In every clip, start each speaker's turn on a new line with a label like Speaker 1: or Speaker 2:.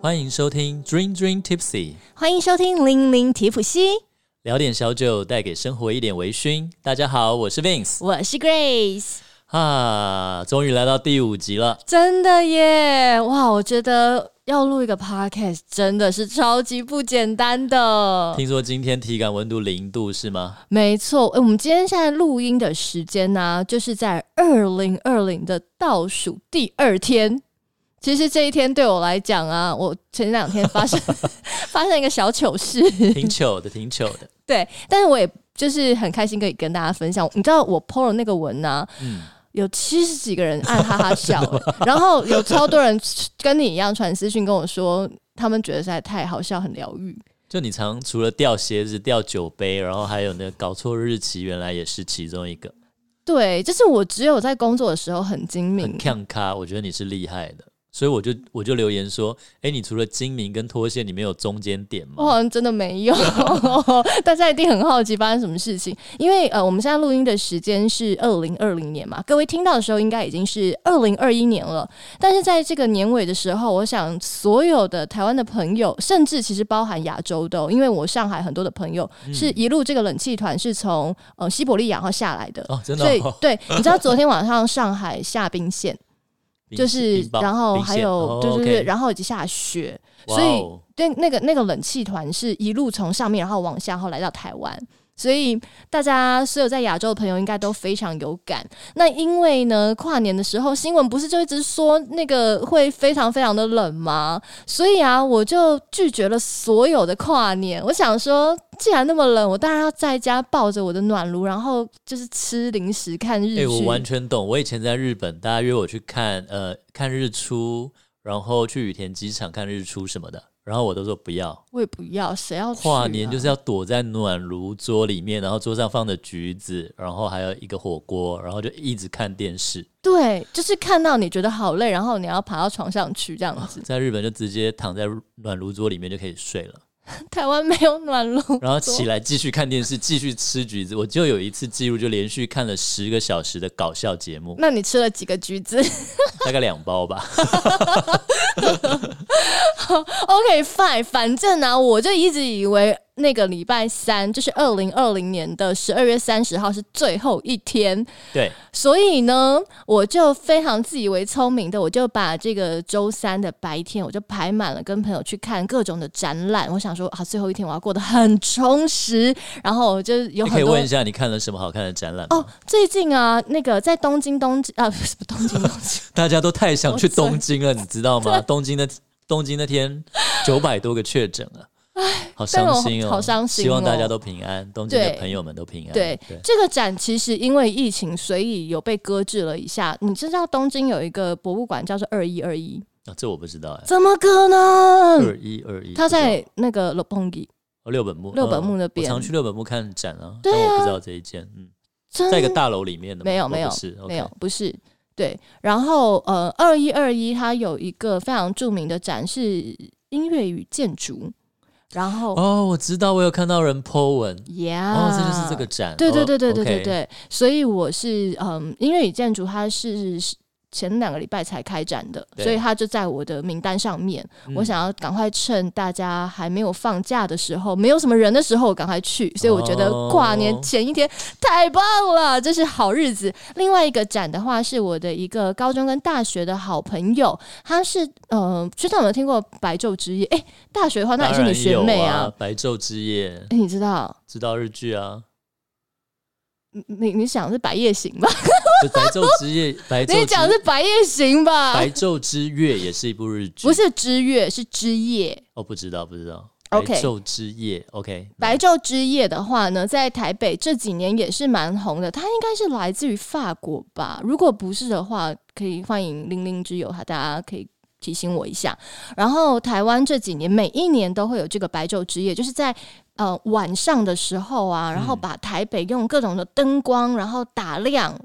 Speaker 1: 欢迎收听 Dream Dream Tipsy，
Speaker 2: 欢迎收听零零提普西，
Speaker 1: 聊点小酒，带给生活一点微醺。大家好，我是 Vince
Speaker 2: 我是 Grace。
Speaker 1: 啊，终于来到第五集了。
Speaker 2: 真的耶！哇，我觉得要录一个 podcast 真的是超级不简单的。
Speaker 1: 听说今天体感温度零度是 吗？
Speaker 2: 没错，诶我们今天现在录音的时间呢、就是在二零二零的倒数第二天。其实这一天对我来讲啊，我前两天发生 发生一个小糗事，
Speaker 1: 挺糗的，挺糗的。
Speaker 2: 对，但是我也就是很开心可以跟大家分享。你知道我 PO 了那个文呢、
Speaker 1: 嗯，
Speaker 2: 有七十几个人按哈 哈笑、欸然后有超多人跟你一样传私讯跟我说，他们觉得实在太好笑，很疗愈。
Speaker 1: 就你常除了掉鞋子、掉酒杯，然后还有那个搞错日期，原来也是其中一个。
Speaker 2: 对，就是我只有在工作的时候很精
Speaker 1: 很
Speaker 2: 明，
Speaker 1: 看咖，我觉得你是厉害的，所以我就我就留言说，哎，你除了精明跟脱线，你没有中间点
Speaker 2: 我好
Speaker 1: 吗？
Speaker 2: 像哦真的没有。 大家一定很好奇发生什么事情，因为呃，我们现在录音的时间是二零二零年嘛，各位听到的时候应该已经是二零二一年了。但是在这个年尾的时候，我想所有的台湾的朋友，甚至其实包含亚洲的哦、因为我上海很多的朋友是
Speaker 1: 嗯
Speaker 2: 一路这个冷气团是从呃西伯利亚然后下来的。
Speaker 1: 哦，真的
Speaker 2: 所以
Speaker 1: 哦，，
Speaker 2: 对，你知道昨天晚上上海下冰线，
Speaker 1: 冰
Speaker 2: 就是
Speaker 1: 冰，雹
Speaker 2: 然后
Speaker 1: 冰
Speaker 2: 还
Speaker 1: 线
Speaker 2: 有
Speaker 1: 哦，
Speaker 2: 对对对，
Speaker 1: OK
Speaker 2: 然后以及下雪，
Speaker 1: 哇
Speaker 2: 所以
Speaker 1: 哦
Speaker 2: 对那个那个冷气团是一路从上面，然后往下，然后来到台湾。所以大家所有在亚洲的朋友应该都非常有感。那因为呢，跨年的时候新闻不是就一直说那个会非常非常的冷吗？所以啊，我就拒绝了所有的跨年。我想说，既然那么冷，我当然要在家抱着我的暖炉，然后就是吃零食、看日
Speaker 1: 哎、
Speaker 2: 剧。
Speaker 1: 我完全懂。我以前在日本，大家约我去看呃看日出，然后去羽田机场看日出什么的，然后我都说不要。
Speaker 2: 我也不要，谁要去啊、
Speaker 1: 跨年就是要躲在暖炉桌里面，然后桌上放着橘子，然后还有一个火锅，然后就一直看电视。
Speaker 2: 对，就是看到你觉得好累，然后你要爬到床上去这样子。
Speaker 1: 在日本就直接躺在暖炉桌里面就可以睡了，
Speaker 2: 台湾没有暖炉，
Speaker 1: 哦然后起来继续看电视，继续吃橘子。我就有一次记录，就连续看了十个小时的搞笑节目，
Speaker 2: 那你吃了几个橘子
Speaker 1: 大概两包吧。
Speaker 2: ？OK fine，反正呢、我就一直以为那个礼拜三，就是二零二零年的十二月三十号是最后一天，
Speaker 1: 对，
Speaker 2: 所以呢，我就非常自以为聪明的，我就把这个周三的白天，我就排满了跟朋友去看各种的展览。我想说啊，最后一天我要过得很充实，然后我就有
Speaker 1: 你可以
Speaker 2: 很多
Speaker 1: 问一下你看了什么好看的展览吗？
Speaker 2: 哦，最近啊，那个在东京东京啊，不 是不是东京东 京，
Speaker 1: 大家都太想去
Speaker 2: 我醉
Speaker 1: 东京了，你知道吗？东京的东京那天九百多个确诊了，好伤心
Speaker 2: 但
Speaker 1: 哦，
Speaker 2: 我好伤心哦
Speaker 1: 希望大家都平安，东京的
Speaker 2: 对
Speaker 1: 朋友们都平安。
Speaker 2: 对，这个展其实因为疫情，所以有被搁置了一下。你知道东京有一个博物馆叫做二一二一，
Speaker 1: 啊这我不知道哎，
Speaker 2: 怎么可能？
Speaker 1: 二一二一，
Speaker 2: 它
Speaker 1: 不知道
Speaker 2: 嗯在那个 l o p o n g i
Speaker 1: 哦六本木，
Speaker 2: 六本木
Speaker 1: 嗯
Speaker 2: 那边
Speaker 1: 我常去六本木看展啊，
Speaker 2: 对
Speaker 1: 但
Speaker 2: 啊
Speaker 1: 我不知道这一间，嗯，
Speaker 2: 真
Speaker 1: 在一个大楼里面的吗，
Speaker 2: 没有
Speaker 1: 哦
Speaker 2: 没有
Speaker 1: 不是
Speaker 2: 没有
Speaker 1: OK，
Speaker 2: 不是对。然后呃，二一二一它有一个非常著名的展是音乐与建筑，然后、
Speaker 1: 哦，我知道，我有看到人 po 文，
Speaker 2: yeah，
Speaker 1: 哦，这就是这个展，
Speaker 2: 啊对对
Speaker 1: 哦
Speaker 2: 对对对
Speaker 1: OK
Speaker 2: 对对，所以我是嗯，音乐与建筑它是前两个礼拜才开展的，
Speaker 1: 对
Speaker 2: 所以它就在我的名单上面。
Speaker 1: 嗯
Speaker 2: 我想要赶快趁大家还没有放假的时候，没有什么人的时候，我赶快去。所以我觉得
Speaker 1: 哦
Speaker 2: 跨年前一天、太棒了，这是好日子。另外一个展的话，是我的一个高中跟大学的好朋友，他是呃，不知道有没有听过白昼之夜？哎、大学的话，那也是
Speaker 1: 当
Speaker 2: 你
Speaker 1: 然
Speaker 2: 学
Speaker 1: 有
Speaker 2: 妹
Speaker 1: 啊，
Speaker 2: 啊，
Speaker 1: 白昼之夜，
Speaker 2: 诶你知道？
Speaker 1: 知道日剧啊。
Speaker 2: 你你你想是白夜行吧？
Speaker 1: 就白昼之夜，白
Speaker 2: 你
Speaker 1: 昼
Speaker 2: 讲
Speaker 1: 之
Speaker 2: 的是《白夜行》吧？
Speaker 1: 白昼之月也是一部日剧，
Speaker 2: 不是之月，是之夜。
Speaker 1: 哦，不知道不知道。
Speaker 2: OK
Speaker 1: 白昼之夜，OK，
Speaker 2: 白昼之夜的话呢，在台北这几年也是蛮红的，它应该是来自于法国吧？如果不是的话，可以欢迎零零之友哈，大家可以提醒我一下。然后台湾这几年每一年都会有这个白昼之夜，就是在呃晚上的时候啊，
Speaker 1: 嗯
Speaker 2: 然后把台北用各种的灯光然后打亮，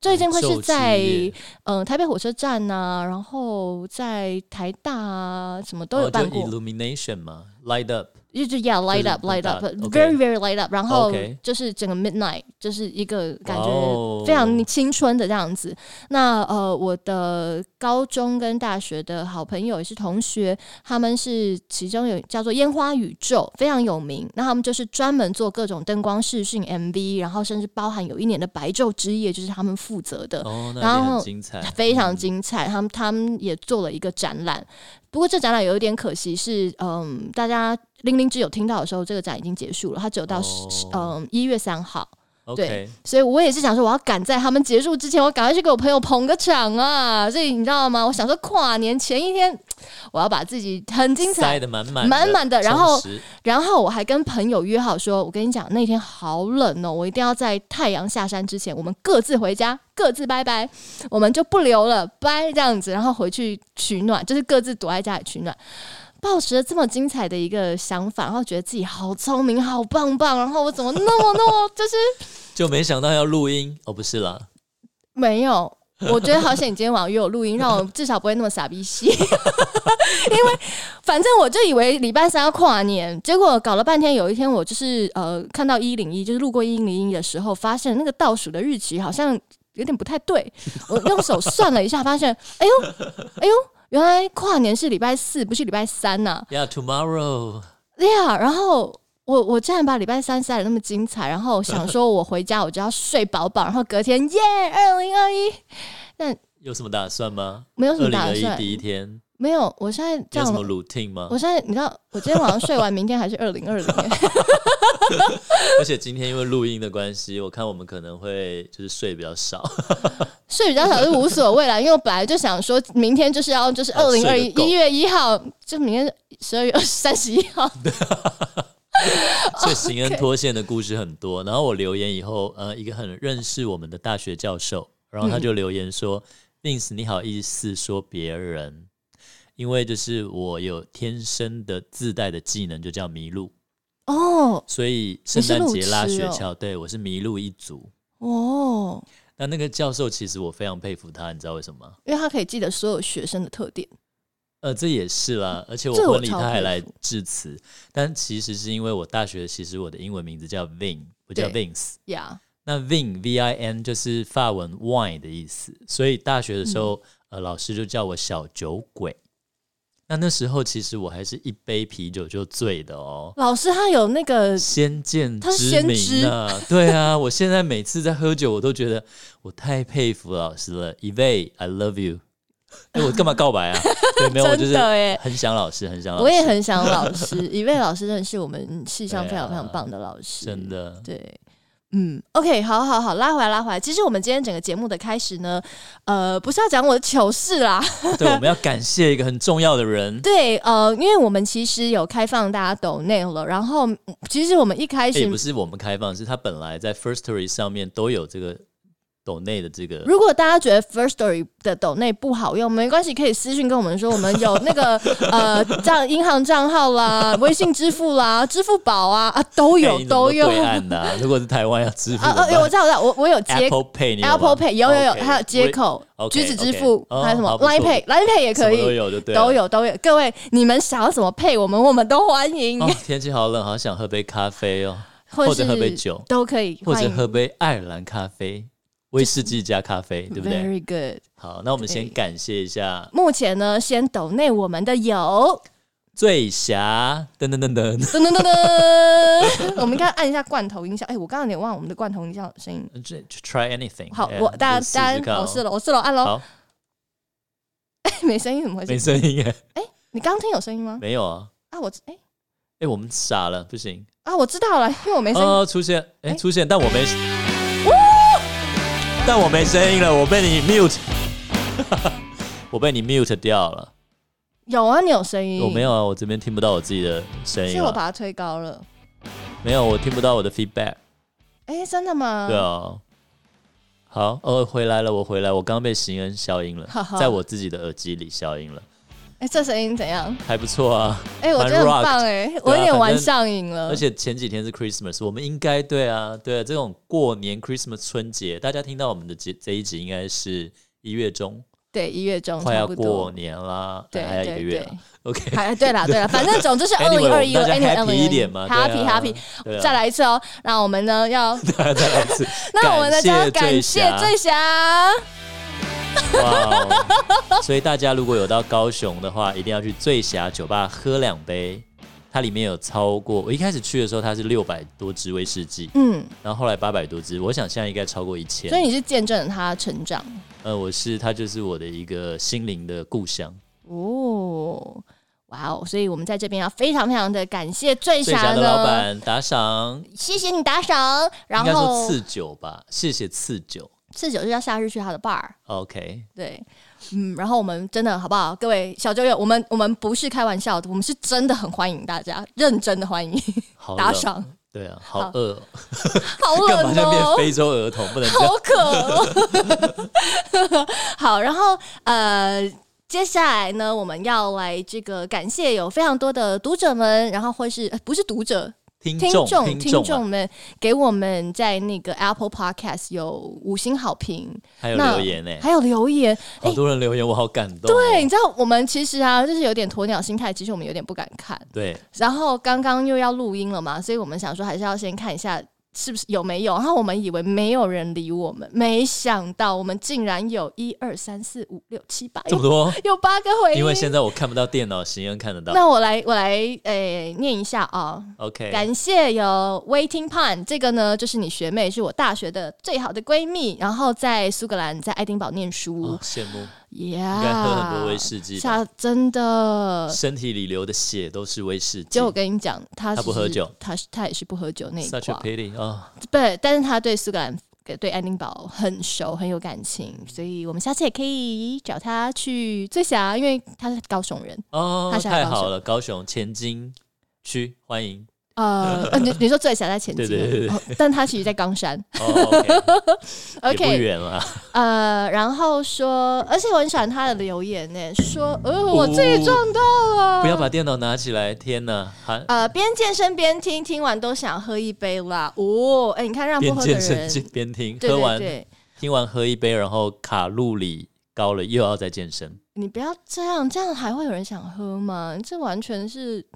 Speaker 2: 最近会是
Speaker 1: 哦
Speaker 2: 在
Speaker 1: 白昼之夜
Speaker 2: 嗯、台北火车站啊，然后在台大啊，什么都
Speaker 1: 哦
Speaker 2: 有
Speaker 1: 就
Speaker 2: 办过。
Speaker 1: 哦 illumination 嘛，light up，
Speaker 2: 就就 yeah light up
Speaker 1: 就是
Speaker 2: light
Speaker 1: light up，
Speaker 2: up very
Speaker 1: OK
Speaker 2: very light up，然后
Speaker 1: OK
Speaker 2: 就是整个 midnight 就是一个感
Speaker 1: 哇哦
Speaker 2: 觉非常青春的这样子。那呃，我的高中跟大学的好朋友也是同学，他们是其中有叫做烟花宇宙，非常有名。那他们就是专门做各种灯光视讯 MV，然后甚至包含有一年的白昼之夜就是他们负责的。
Speaker 1: 哦，那
Speaker 2: 然
Speaker 1: 也很
Speaker 2: 后
Speaker 1: 精彩，
Speaker 2: 非常
Speaker 1: 嗯
Speaker 2: 精彩。他们他们也做了一个展览，不过这展览有一点可惜是，嗯，大家零零只有听到的时候，这个展已经结束了，它只有到十、
Speaker 1: 哦
Speaker 2: 嗯一月三号。对
Speaker 1: OK，
Speaker 2: 所以我也是想说，我要赶在他们结束之前，我赶快去给我朋友捧个场啊！所以你知道吗？我想说跨年前一天，我要把自己很精彩
Speaker 1: 塞的满满
Speaker 2: 满满的然后
Speaker 1: 充实
Speaker 2: 然后我还跟朋友约好说，我跟你讲，那天好冷哦，我一定要在太阳下山之前，我们各自回家，各自拜拜，我们就不留了，拜这样子，然后回去取暖，就是各自躲在家里取暖。抱持了这么精彩的一个想法，然后觉得自己好聪明、好棒棒，然后我怎么那么那么 就是
Speaker 1: 就没想到要录音哦，不是啦，
Speaker 2: 没有。我觉得好险，你今天晚上约我录音，让我至少不会那么傻逼 兮。因为反正我就以为礼拜三要跨年，结果搞了半天，有一天我就是呃看到一零一，就是路过一零一的时候，发现那个倒数的日期好像有点不太对。我用手算了一下，发现哎呦哎呦，原来跨年是礼拜四，不是礼拜三呐、
Speaker 1: 呀、t o m o r r o w
Speaker 2: 对呀，然后我我竟然把礼拜三塞的那么精彩，然后想说我回家我就要睡饱饱，然后隔天耶二零二一
Speaker 1: 有什么打算吗？
Speaker 2: 没有什
Speaker 1: 二
Speaker 2: 么
Speaker 1: 零
Speaker 2: 打
Speaker 1: 二一
Speaker 2: 算，
Speaker 1: 第一天，
Speaker 2: 没有，我现在
Speaker 1: 你
Speaker 2: 这
Speaker 1: 有什
Speaker 2: 样
Speaker 1: 么 routine 吗
Speaker 2: 我？现在你知道，我今天晚上睡完，明天还是二零二零。
Speaker 1: 而且今天因为录音的关系，我看我们可能会就是睡比较少，
Speaker 2: 睡比较少是无所谓啦，因为我本来就想说明天就是要就是
Speaker 1: 啊
Speaker 2: 二零二一
Speaker 1: 睡得够
Speaker 2: 一月一号，就明天十二月 三十一 号。哦
Speaker 1: 所以行恩脱线的故事很多。然后我留言以后，呃，一个很认识我们的大学教授，然后他就留言说、v i n c e 你好意思说别人，因为就是我有天生的自带的技能，就叫迷路，
Speaker 2: 哦
Speaker 1: 所以圣诞节拉
Speaker 2: 你是
Speaker 1: 雪
Speaker 2: 路痴哦
Speaker 1: 橇，对我是迷路一族。
Speaker 2: 哦，
Speaker 1: 那那个教授其实我非常佩服他，你知道为什么吗？
Speaker 2: 因为他可以记得所有学生的特点。
Speaker 1: 呃，这也是啦，而且我
Speaker 2: 嗯这我
Speaker 1: 婚礼
Speaker 2: 超
Speaker 1: 他还
Speaker 2: 佩
Speaker 1: 来
Speaker 2: 服
Speaker 1: 致辞，但其实是因为我大学其实我的英文名字叫 Vin，不叫
Speaker 2: 对
Speaker 1: Vince。
Speaker 2: 呀、
Speaker 1: 那 Vin V I N 就是法文 wine 的意思，所以大学的时
Speaker 2: 嗯
Speaker 1: 候，呃，老师就叫我小酒鬼。那那时候其实我还是一杯啤酒就醉的哦。
Speaker 2: 老师他有那个
Speaker 1: 先见
Speaker 2: 他是
Speaker 1: 之
Speaker 2: 先
Speaker 1: 明
Speaker 2: 知
Speaker 1: 啊，对啊，我现在每次在喝酒，我都觉得我太佩服老师了。Eve, I love you。哎、 我干嘛告白啊？对，没有，我就
Speaker 2: 真
Speaker 1: 是
Speaker 2: 的哎。
Speaker 1: 很想老师，很想老师，
Speaker 2: 我也很想老师，一位老师真的是我们系上
Speaker 1: 对啊
Speaker 2: 非常非常棒的老师，
Speaker 1: 真的
Speaker 2: 对，嗯，OK，好好好，拉回来拉回来。其实我们今天整个节目的开始呢，呃，不是要讲我的糗事啦，
Speaker 1: 对，我们要感谢一个很重要的人。
Speaker 2: 对，呃，因为我们其实有开放大家抖内了，然后嗯其实我们一开
Speaker 1: 也、
Speaker 2: 始，
Speaker 1: 哎不是我们开放，是他本来在 First Story 上面都有这个抖内的这个
Speaker 2: 如果大家觉得 First Story 的抖内不好用，没关系，可以私信跟我们说，我们有那个呃账银行账号啦、微信支付啦、支付宝啊啊都
Speaker 1: 配
Speaker 2: 有
Speaker 1: 哎音怎么
Speaker 2: 都有
Speaker 1: 对岸的啊、如果是台湾要支付
Speaker 2: 啊啊，我知道我知道，我我有接
Speaker 1: Apple Pay 你有吗
Speaker 2: Apple Pay 有有有，
Speaker 1: OK，
Speaker 2: 还有接口、
Speaker 1: OK，
Speaker 2: 橘子支
Speaker 1: OK，
Speaker 2: 付，
Speaker 1: 哦
Speaker 2: 还有什么
Speaker 1: 好不错
Speaker 2: Line Pay、Line Pay 也
Speaker 1: 什么
Speaker 2: 可
Speaker 1: 都
Speaker 2: 以，
Speaker 1: 有就对了，啊
Speaker 2: 都有都有。各位，你们想要怎么配我们，我们都欢迎，
Speaker 1: 哦。天气好冷，好想喝杯咖啡哦，
Speaker 2: 或
Speaker 1: 或
Speaker 2: 是
Speaker 1: 者喝杯酒
Speaker 2: 都可以，
Speaker 1: 或
Speaker 2: 欢
Speaker 1: 者
Speaker 2: 迎。
Speaker 1: 喝杯爱尔兰咖啡，威士忌加咖啡，对不对？
Speaker 2: Very good。
Speaker 1: 好，那我们先
Speaker 2: 对
Speaker 1: 感谢一下
Speaker 2: 目前呢，先抖内我们的有，
Speaker 1: 醉侠，噔噔噔噔。
Speaker 2: 噔噔 噔噔，我们应该按一下罐头音效。哎、我刚刚有点忘我们的罐头音效的声音。
Speaker 1: 这 try anything，
Speaker 2: 好
Speaker 1: yeah，
Speaker 2: 我大
Speaker 1: 就
Speaker 2: 家
Speaker 1: 试试
Speaker 2: 大
Speaker 1: 看
Speaker 2: 家，
Speaker 1: 哦
Speaker 2: 我试了，我试了，按喽。
Speaker 1: 好，
Speaker 2: 没声音怎么回
Speaker 1: 没
Speaker 2: 事？
Speaker 1: 声音哎，
Speaker 2: 你刚刚听有声音吗？
Speaker 1: 没有啊，
Speaker 2: 啊，我哎、
Speaker 1: 哎，我们傻了，不行，
Speaker 2: 啊，我知道了，因为我没声音。
Speaker 1: 哦，出现，哎，
Speaker 2: 哎
Speaker 1: 出现，但我没，但我没声音了，我被你 mute，我被你 mute 掉了，
Speaker 2: 有啊，你有声音。
Speaker 1: 我没有啊，我这边听不到我自己的声音
Speaker 2: 是我
Speaker 1: 了，
Speaker 2: 把它推高了。
Speaker 1: 没有，我听不到我的 feedback，
Speaker 2: 哎、真的吗？
Speaker 1: 对啊。好，哦，回来了，我回来，我刚被行人消音了
Speaker 2: 好，好
Speaker 1: 在我自己的耳机里消音了，
Speaker 2: 哎、这声音怎样？
Speaker 1: 还不错啊。
Speaker 2: 哎、我觉得
Speaker 1: 蛮
Speaker 2: 很
Speaker 1: rock 啊
Speaker 2: 棒哎、我有
Speaker 1: 反
Speaker 2: 点
Speaker 1: 正
Speaker 2: 玩上瘾了。
Speaker 1: 而且前几天是 Christmas，我们应该对啊，对啊，这种过年 Christmas 春节，大家听到我们的节这一集应该是一月中，
Speaker 2: 对，一月中
Speaker 1: 快要
Speaker 2: 哦差不
Speaker 1: 过
Speaker 2: 多。
Speaker 1: 年啦，
Speaker 2: 对
Speaker 1: 还要一个
Speaker 2: 对
Speaker 1: 月
Speaker 2: 对
Speaker 1: 啦。OK，
Speaker 2: 还对啦对啦，反正总之是二
Speaker 1: 啊 Anyway，
Speaker 2: 零二一
Speaker 1: 我们大家 happy
Speaker 2: 二零
Speaker 1: 一点嘛对啊
Speaker 2: happy happy，
Speaker 1: 对啊
Speaker 2: 再来一次哦。那我们呢 要，，
Speaker 1: 再来一次
Speaker 2: 那我们呢就要感谢醉侠，
Speaker 1: 哇哦！所以大家如果有到高雄的话，一定要去醉侠酒吧喝两杯。它里面有超过我一开始去的时候，它是六百多支威士 忌，
Speaker 2: 嗯，
Speaker 1: 然后后来八百多支，我想现在应该超过一千
Speaker 2: 所。以你是见证了他成长
Speaker 1: 呃，我是它就是我的一个心灵的故乡。
Speaker 2: 哦，哇哦！所以我们在这边要非常非常的感谢醉
Speaker 1: 醉
Speaker 2: 侠
Speaker 1: 侠的老
Speaker 2: 呢，
Speaker 1: 板打赏，
Speaker 2: 谢谢你打赏，然
Speaker 1: 应该说
Speaker 2: 后
Speaker 1: 赐酒吧，谢谢赐酒。
Speaker 2: 四九就要夏日去他的 bar。
Speaker 1: OK，
Speaker 2: 对，嗯，然后我们真的好不好？各位小酒友，我们我们不是开玩笑的，我们是真的很欢迎大家，认真的欢迎
Speaker 1: 好
Speaker 2: 打
Speaker 1: 冷
Speaker 2: 赏，
Speaker 1: 对啊，好
Speaker 2: 好
Speaker 1: 饿哦，
Speaker 2: 好
Speaker 1: 干嘛
Speaker 2: 冷
Speaker 1: 像变
Speaker 2: 哦、
Speaker 1: 非洲儿童不能 这样？
Speaker 2: 好渴、哦。 好，然后呃。接下来呢，我们要来这个感谢有非常多的读者们，然后或是、呃、不是读者
Speaker 1: 听
Speaker 2: 听
Speaker 1: 众
Speaker 2: 众听
Speaker 1: 听众
Speaker 2: 众
Speaker 1: 啊，
Speaker 2: 们给我们在那个 Apple Podcast 有五星好评，
Speaker 1: 还有
Speaker 2: 那
Speaker 1: 留言呢，
Speaker 2: 还有留言，
Speaker 1: 好多人留言，我好感动哦。
Speaker 2: 对，你知道我们其实啊，就是有点鸵鸟心态，其实我们有点不敢看。
Speaker 1: 对，
Speaker 2: 然后刚刚又要录音了嘛，所以我们想说还是要先看一下是不是有没有。然后我们以为没有人理我们，没想到我们竟然有一二三四五六七八，
Speaker 1: 这么
Speaker 2: 有
Speaker 1: 多，
Speaker 2: 有八个回应。
Speaker 1: 因为现在我看不到电脑，行恩看得到。
Speaker 2: 哎 那我来我来诶、念一下啊、
Speaker 1: OK，
Speaker 2: 感谢有 Waiting Pan，这个呢就是你学妹，是我大学的最好的闺蜜，然后在苏格兰，在爱丁堡念
Speaker 1: 哦
Speaker 2: 书，
Speaker 1: 羡慕，
Speaker 2: 耶、
Speaker 1: 应该喝很多威士忌吧，
Speaker 2: 下真的
Speaker 1: 身体里流的血都是威士忌
Speaker 2: 呃结。果我跟你讲，他
Speaker 1: 他不
Speaker 2: 是
Speaker 1: 喝酒，
Speaker 2: 他是他也是不喝酒那一
Speaker 1: Such a
Speaker 2: 挂。
Speaker 1: pity 啊！
Speaker 2: 对，但是他对苏格兰、对爱丁堡很熟，很有感情，所以我们下次也可以找他去醉侠，因为他是高雄人。
Speaker 1: 哦
Speaker 2: 他，是来
Speaker 1: 太
Speaker 2: 高雄
Speaker 1: 好了，高雄前金区欢迎。
Speaker 2: 呃，呃你你说醉侠在前
Speaker 1: 对
Speaker 2: 进，
Speaker 1: 对对对
Speaker 2: 哦但他其实在冈山。
Speaker 1: 哦 ，OK，也不
Speaker 2: OK，
Speaker 1: 远了。
Speaker 2: 呃，然后说，而且我很喜欢他的留言呢，说，呃，我自己撞
Speaker 1: 哦
Speaker 2: 到了，
Speaker 1: 不要把电脑拿起来，天哪！还
Speaker 2: 呃，边健身边听，听完都想喝一杯啦。哦，哎，你看让不
Speaker 1: 边
Speaker 2: 喝的
Speaker 1: 健
Speaker 2: 人，
Speaker 1: 身机边听，
Speaker 2: 对
Speaker 1: 喝
Speaker 2: 对
Speaker 1: 完
Speaker 2: 对，
Speaker 1: 听完喝一杯，然后卡路里高了又要再健身，
Speaker 2: 你不要这样，这样还会有人想喝吗？这完全是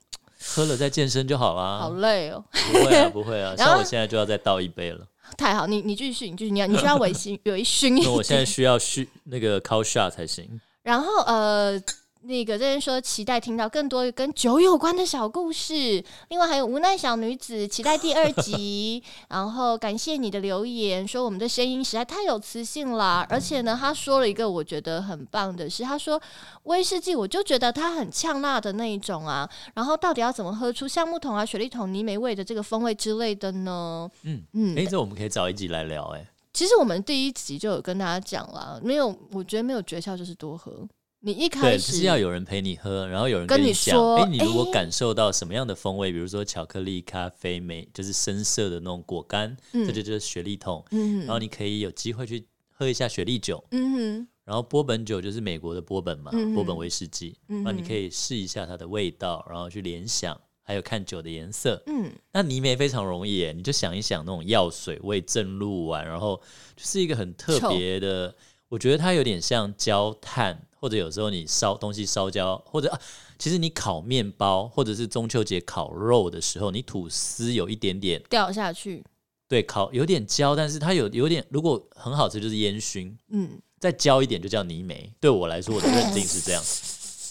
Speaker 1: 喝了再健身就好啦。
Speaker 2: 好累哦。
Speaker 1: 不会啊，不会啊，
Speaker 2: 然后
Speaker 1: 像我现在就要再倒一杯了，
Speaker 2: 太好，你你继续，你继续，你要你需要微醺，微醺一
Speaker 1: 那我现在
Speaker 2: 点。
Speaker 1: 需要续那个 call shot 才行。
Speaker 2: 然后呃，那个这边说期待听到更多跟酒有关的小故事，另外还有无奈小女子，期待第二 集。然后感谢你的留言，说我们的声音实在太有磁性啦。而且呢，他说了一个我觉得很棒的是，他说威士忌我就觉得它很呛辣的那一种啊，然后到底要怎么喝出橡木桶啊、雪莉桶、泥煤味的这个风味之类的呢？
Speaker 1: 嗯
Speaker 2: 嗯
Speaker 1: 哎、这我们可以找一集来聊、哎，
Speaker 2: 其实我们第一集就有跟大家讲了，没有，我觉得没有诀窍，就是多喝。你一开
Speaker 1: 对，
Speaker 2: 始
Speaker 1: 就是要有人陪你喝，然后有人
Speaker 2: 跟
Speaker 1: 你
Speaker 2: 你
Speaker 1: 讲，
Speaker 2: 说
Speaker 1: 哎、你如果
Speaker 2: 哎
Speaker 1: 感受到什么样的风味，比如说巧克力、咖啡、美，就是深色的那种果干，
Speaker 2: 嗯
Speaker 1: 这就就是雪莉桶，
Speaker 2: 嗯
Speaker 1: 然后你可以有机会去喝一下雪莉酒，
Speaker 2: 嗯
Speaker 1: 然后波本酒就是美国的波本嘛，
Speaker 2: 嗯哼
Speaker 1: 波本威士忌，
Speaker 2: 嗯哼
Speaker 1: 那你可以试一下它的味道，然后去联想，还有看酒的颜色。
Speaker 2: 嗯
Speaker 1: 那泥煤非常容易耶，你就想一想那种药水味正露丸，然后就是一个很特别的，我觉得它有点像焦炭，或者有时候你烧东西烧焦，或者、啊、其实你烤面包，或者是中秋节烤肉的时候，你吐司有一点点
Speaker 2: 掉下去，
Speaker 1: 对烤有点焦，但是它有有点如果很好吃就是烟熏，
Speaker 2: 嗯
Speaker 1: 再焦一点就叫泥煤。对我来说，我的认定是这样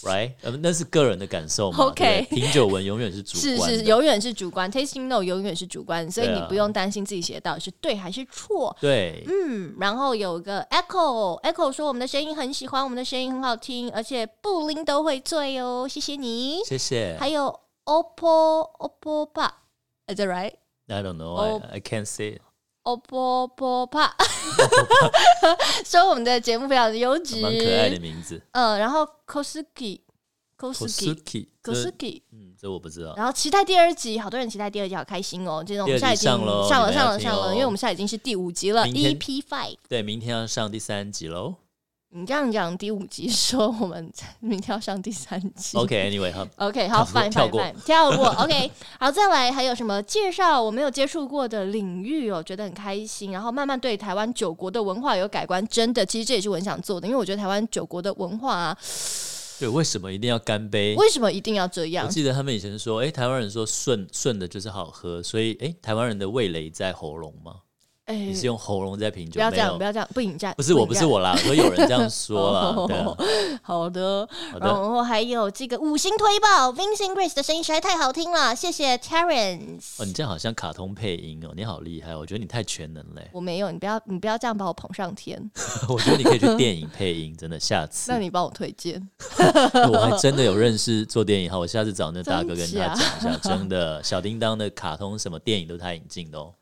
Speaker 1: ，right？呃，那是个人的感受嘛。
Speaker 2: OK
Speaker 1: 对不对品酒文永远是主
Speaker 2: 是
Speaker 1: 观的。
Speaker 2: 是，永远是主观，tasting no 永远是主观，所以
Speaker 1: 对
Speaker 2: 你
Speaker 1: 啊
Speaker 2: 不用担心自己写的到底是对还是错。
Speaker 1: 对，
Speaker 2: 嗯，然后有个 Echo Echo 说我们的声音很喜欢，我们的声音很好听，而且布林都会醉哦，谢谢你。
Speaker 1: 谢谢。
Speaker 2: 还有 OPPO OPPO 吧，Is that right？
Speaker 1: I don't know,
Speaker 2: 哦
Speaker 1: I, I can't say. it.
Speaker 2: 哦波波帕， 说我们的节目非常的优质，
Speaker 1: 蛮可爱的名字
Speaker 2: 嗯，然后 kosuki kosuki
Speaker 1: ，Kosuki。这
Speaker 2: kosuki，
Speaker 1: 嗯，这我不知道。
Speaker 2: 然后期待第二集，好多人期待第二集，好开心哦！这种我们
Speaker 1: 第
Speaker 2: 现在
Speaker 1: 二
Speaker 2: 已
Speaker 1: 集
Speaker 2: 经
Speaker 1: 上咯
Speaker 2: 上了
Speaker 1: 你们
Speaker 2: 上
Speaker 1: 要
Speaker 2: 了
Speaker 1: 听
Speaker 2: 上了，
Speaker 1: 哦
Speaker 2: 因为我们现在已经是第五集了 E
Speaker 1: 明天
Speaker 2: ，EP five。
Speaker 1: 对，明天要上第三集喽。
Speaker 2: 你这样讲，第五集说我们明天要上第三集。
Speaker 1: OK，Anyway，、好，
Speaker 2: OK，
Speaker 1: 跳
Speaker 2: 好，fine
Speaker 1: 跳
Speaker 2: fine
Speaker 1: 过
Speaker 2: fine，跳过。OK，好， 再来还有什么介绍我没有接触过的领域哦，觉得很开心。然后慢慢对台湾九国的文化有改观，真的，其实这也是我很想做的，因为我觉得台湾九国的文化啊，
Speaker 1: 对，为什么一定要干杯？
Speaker 2: 为什么一定要这
Speaker 1: 我
Speaker 2: 样？
Speaker 1: 记得他们以前说，哎、台湾人说顺顺的就是好喝，所以哎、诶台湾人的味蕾在喉咙吗？
Speaker 2: 哎
Speaker 1: 你，是用喉咙在品
Speaker 2: 不
Speaker 1: 酒？
Speaker 2: 要
Speaker 1: 没
Speaker 2: 这样，
Speaker 1: 有
Speaker 2: 不，要这样，不引战，
Speaker 1: 哦不是我，
Speaker 2: 引
Speaker 1: 不是
Speaker 2: 战。
Speaker 1: 我啦，我说有人这样说啦。
Speaker 2: 哦
Speaker 1: 对啊，
Speaker 2: 好的，
Speaker 1: 好
Speaker 2: 然
Speaker 1: 的，
Speaker 2: 后还有这个五星推爆，Vincent Grace 的声音实在太好听了，谢谢 Terence。
Speaker 1: 哦，你这样好像卡通配音哦，你好厉害，我觉得你太全能嘞，
Speaker 2: 我没有，你不要，你不要这样把我捧上天。
Speaker 1: 我觉得你可以去电影配音，真的，下次
Speaker 2: 那你帮我推荐。
Speaker 1: 我还真的有认识做电影，好，我下次找那大哥跟
Speaker 2: 真
Speaker 1: 他
Speaker 2: 假
Speaker 1: 讲一下，真的，小叮当的卡通什么电影都是他引进的哦。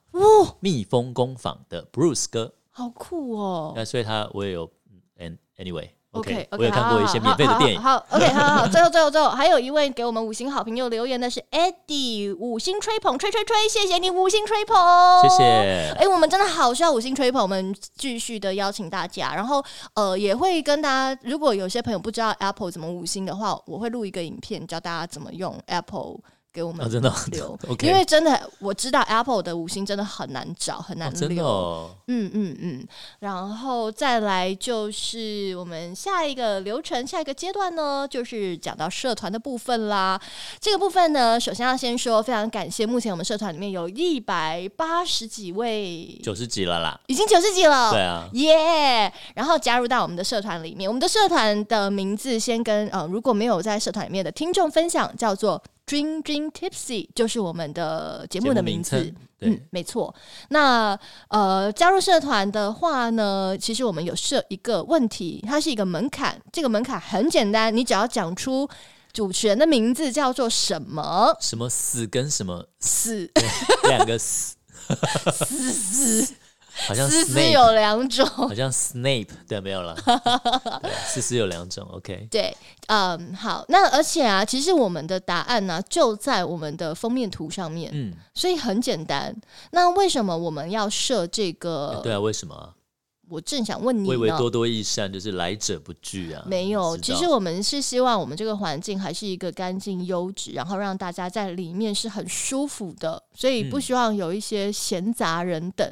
Speaker 1: 蜜蜂工坊的 Bruce 哥，
Speaker 2: 好酷哦
Speaker 1: 那、所以他我也有嗯，an- anyway。
Speaker 2: ！OK，
Speaker 1: 我有看过一些免费的电影。
Speaker 2: 好，OK，好好， 最后最后最后，还有一位给我们五星好评又留言的是 Eddie，五星吹捧，吹吹吹，谢谢你五星吹捧，
Speaker 1: 谢。谢，
Speaker 2: 哎、我们真的好需要五星吹捧，我们继续的邀请大家，然后呃也会跟大家，如果有些朋友不知道 Apple 怎么五星的话，我会录一个影片教大家怎么用 Apple 给我们
Speaker 1: 啊哦真 的哦
Speaker 2: 留，
Speaker 1: OK
Speaker 2: 因为真的我知道 Apple 的五星真的很难找，很难
Speaker 1: 哦真
Speaker 2: 留。
Speaker 1: 的哦，
Speaker 2: 嗯嗯嗯，然后再来就是我们下一个流程，下一个阶段呢，就是讲到社团的部分啦。这个部分呢，首先要先说，非常感谢目前我们社团里面有一百八十几位，
Speaker 1: 九十集了啦。
Speaker 2: 已经九十几了。
Speaker 1: 对啊，
Speaker 2: 耶然后加入到我们的社团里面，我们的社团的名字先跟呃，如果没有在社团里面的听众分享，叫做 Dream Dream Tipsy，就是我们的节目的名字。
Speaker 1: 称对，
Speaker 2: 嗯，没错。那呃，加入社团的话呢，其实我们有设一个问题，它是一个门槛。这个门槛很简单，你只要讲出主持人的名字叫做什么
Speaker 1: 什么死跟什么
Speaker 2: 死，
Speaker 1: 两个 死， 好像
Speaker 2: 思思
Speaker 1: Snape，
Speaker 2: 有两种。
Speaker 1: 好像 Snape，对，
Speaker 2: 哦
Speaker 1: 没有了。对，思思有两种，OK。
Speaker 2: 对，嗯，好，那而且啊，其实我们的答案呢、就在我们的封面图上面，
Speaker 1: 嗯，
Speaker 2: 所以很简单。那为什么我们要设这个？
Speaker 1: 对啊，为什么啊？
Speaker 2: 我正想呃问你呢，
Speaker 1: 我以为多多益善就是来者不拒啊。
Speaker 2: 没有，
Speaker 1: 你知
Speaker 2: 其
Speaker 1: 道
Speaker 2: 实我们是希望我们这个环境还是一个干净、优质，然后让大家在里面是很舒服的，所以不
Speaker 1: 嗯
Speaker 2: 希望有一些闲杂人等。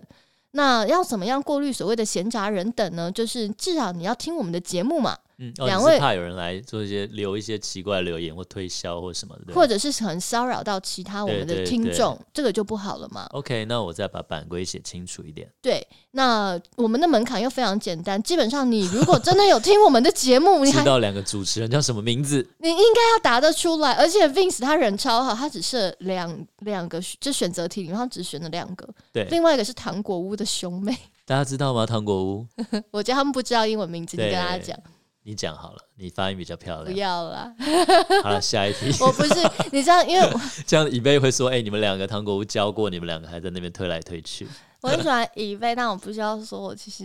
Speaker 2: 那要怎么样过滤所谓的闲杂人等呢？就是至少你要听我们的节目嘛，
Speaker 1: 嗯，哦、
Speaker 2: 两
Speaker 1: 你是
Speaker 2: 位
Speaker 1: 怕有人来做一些留一些奇怪的留言或推销或什么的。对
Speaker 2: 或者是很骚扰到其他我
Speaker 1: 对
Speaker 2: 们的
Speaker 1: 对
Speaker 2: 听
Speaker 1: 对
Speaker 2: 众，这个就不好了嘛。
Speaker 1: OK，那我再把版规写清楚一点。
Speaker 2: 对，那我们的门槛又非常简单，基本上你如果真的有听我们的节目，你还
Speaker 1: 知道两个主持人叫什么名字？
Speaker 2: 你应该要答得出来，而且 Vince 他人超好，他只设两两个，就选择题里面他只选了两个，
Speaker 1: 对，
Speaker 2: 另外一个是糖果屋的兄妹，
Speaker 1: 大家知道吗？糖果屋，
Speaker 2: 我觉得他们不知道英文名字，你
Speaker 1: 对
Speaker 2: 跟他讲
Speaker 1: 你讲好了，你发音比较漂
Speaker 2: 不
Speaker 1: 亮。
Speaker 2: 要啦，
Speaker 1: 好了，下一题。
Speaker 2: 我不是，你知道，因为我
Speaker 1: 这样以贝会说：“哎、你们两个糖果屋教过，你们两个还在那边推来推去。
Speaker 2: 我很喜欢以飞，但我不需要说我其实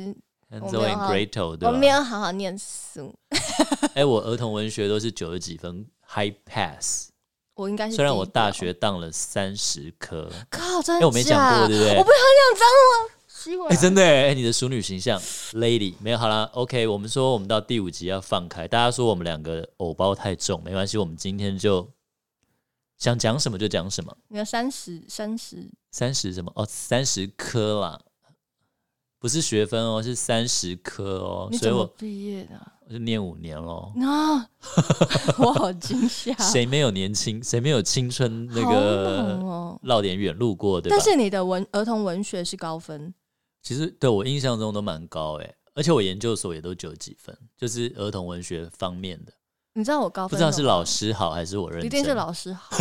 Speaker 1: ”Hanzo
Speaker 2: 我没有
Speaker 1: and
Speaker 2: 好
Speaker 1: Gretel，对啊
Speaker 2: 我没
Speaker 1: 吧？
Speaker 2: 有好好念书，
Speaker 1: 哎、我儿童文学都是九十几分，high pass。
Speaker 2: 我应该是
Speaker 1: 虽然
Speaker 2: 低
Speaker 1: 我大
Speaker 2: 标
Speaker 1: 学当了三十科，
Speaker 2: 靠，哦真
Speaker 1: 哎、
Speaker 2: 的
Speaker 1: 我没讲
Speaker 2: 假啊
Speaker 1: 过，对不对？
Speaker 2: 我不是很想脏吗？希望
Speaker 1: 哎、真的哎、哎你的淑女形象，lady 没有好啦 OK，我们说我们到第五集要放开，大家说我们两个偶包太重，没关系，我们今天就想讲什么就讲什么。
Speaker 2: 你要三十三十
Speaker 1: 三十什么？哦，三十科啦，不是学分哦，是三十科哦，
Speaker 2: 你
Speaker 1: 所以
Speaker 2: 怎么
Speaker 1: 我
Speaker 2: 毕业的啊？
Speaker 1: 我就念五年喽。
Speaker 2: 啊， 我好惊吓，
Speaker 1: 谁没有年轻？谁没有青春那
Speaker 2: 好
Speaker 1: 个
Speaker 2: 猛哦！
Speaker 1: 绕点远路过，对吧？
Speaker 2: 但是你的文儿童文学是高分，
Speaker 1: 其实对我印象中都蛮高哎、而且我研究所也都九几分，就是儿童文学方面的。
Speaker 2: 你知道我哦高分
Speaker 1: 不知道
Speaker 2: 什
Speaker 1: 是
Speaker 2: 么
Speaker 1: 老师好还是我认
Speaker 2: 吗，
Speaker 1: 真，
Speaker 2: 一定是，老师好，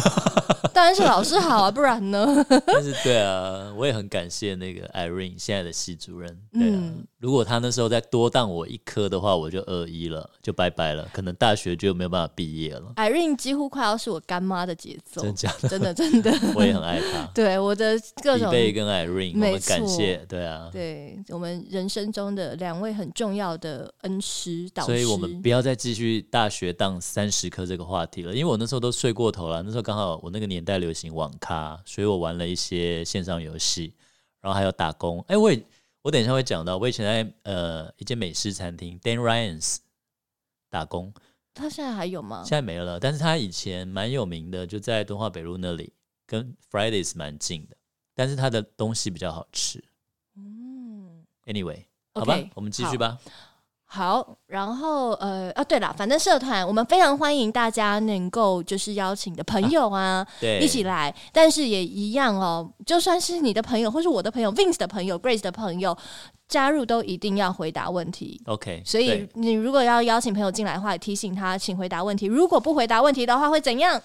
Speaker 2: 当然是老师好啊，不然呢？
Speaker 1: 但是对啊，我也很感谢那个 Irene 现在的系主任。对啊，
Speaker 2: 嗯
Speaker 1: 如果他那时候再多当我一科的话，我就二一了，就拜拜了，可能大学就没有办法毕业了。
Speaker 2: Irene 几乎快要是我干妈的节奏，
Speaker 1: 真假的，
Speaker 2: 真的真的，。
Speaker 1: 我也很爱他
Speaker 2: 对我的各
Speaker 1: 李
Speaker 2: 种
Speaker 1: 贝跟 Irene，我
Speaker 2: 没
Speaker 1: 们
Speaker 2: 错
Speaker 1: 感谢，对啊，
Speaker 2: 对我们人生中的两位很重要的恩师导师，
Speaker 1: 所以我们不要再继续大学当三十科这个话题了，因为我那时候都睡过头了。那时候刚好我那个年代流行网咖，所以我玩了一些线上游戏，然后还有打工。哎、我也我等一下会讲到，我以前在呃一间美式餐厅 Dan Ryan's 打工，
Speaker 2: 他现在还有吗
Speaker 1: 现？在没了，但是他以前蛮有名的，就在敦化北路那里，跟 Fridays 蛮近的，但是他的东西比较好吃。
Speaker 2: 嗯，
Speaker 1: Anyway，好
Speaker 2: OK，
Speaker 1: 吧我们继续吧。
Speaker 2: 好，然后呃啊，对了，反正社团我们非常欢迎大家能够就是邀请你的朋友啊
Speaker 1: 对，
Speaker 2: 一起来，但是也一样哦，就算是你的朋友或是我的朋友、Vince 的朋友、Grace 的朋友加入，都一定要回答问题。
Speaker 1: OK，
Speaker 2: 所以
Speaker 1: 对
Speaker 2: 你如果要邀请朋友进来的话，提醒他请回答问题。如果不回答问题的话，会 怎样？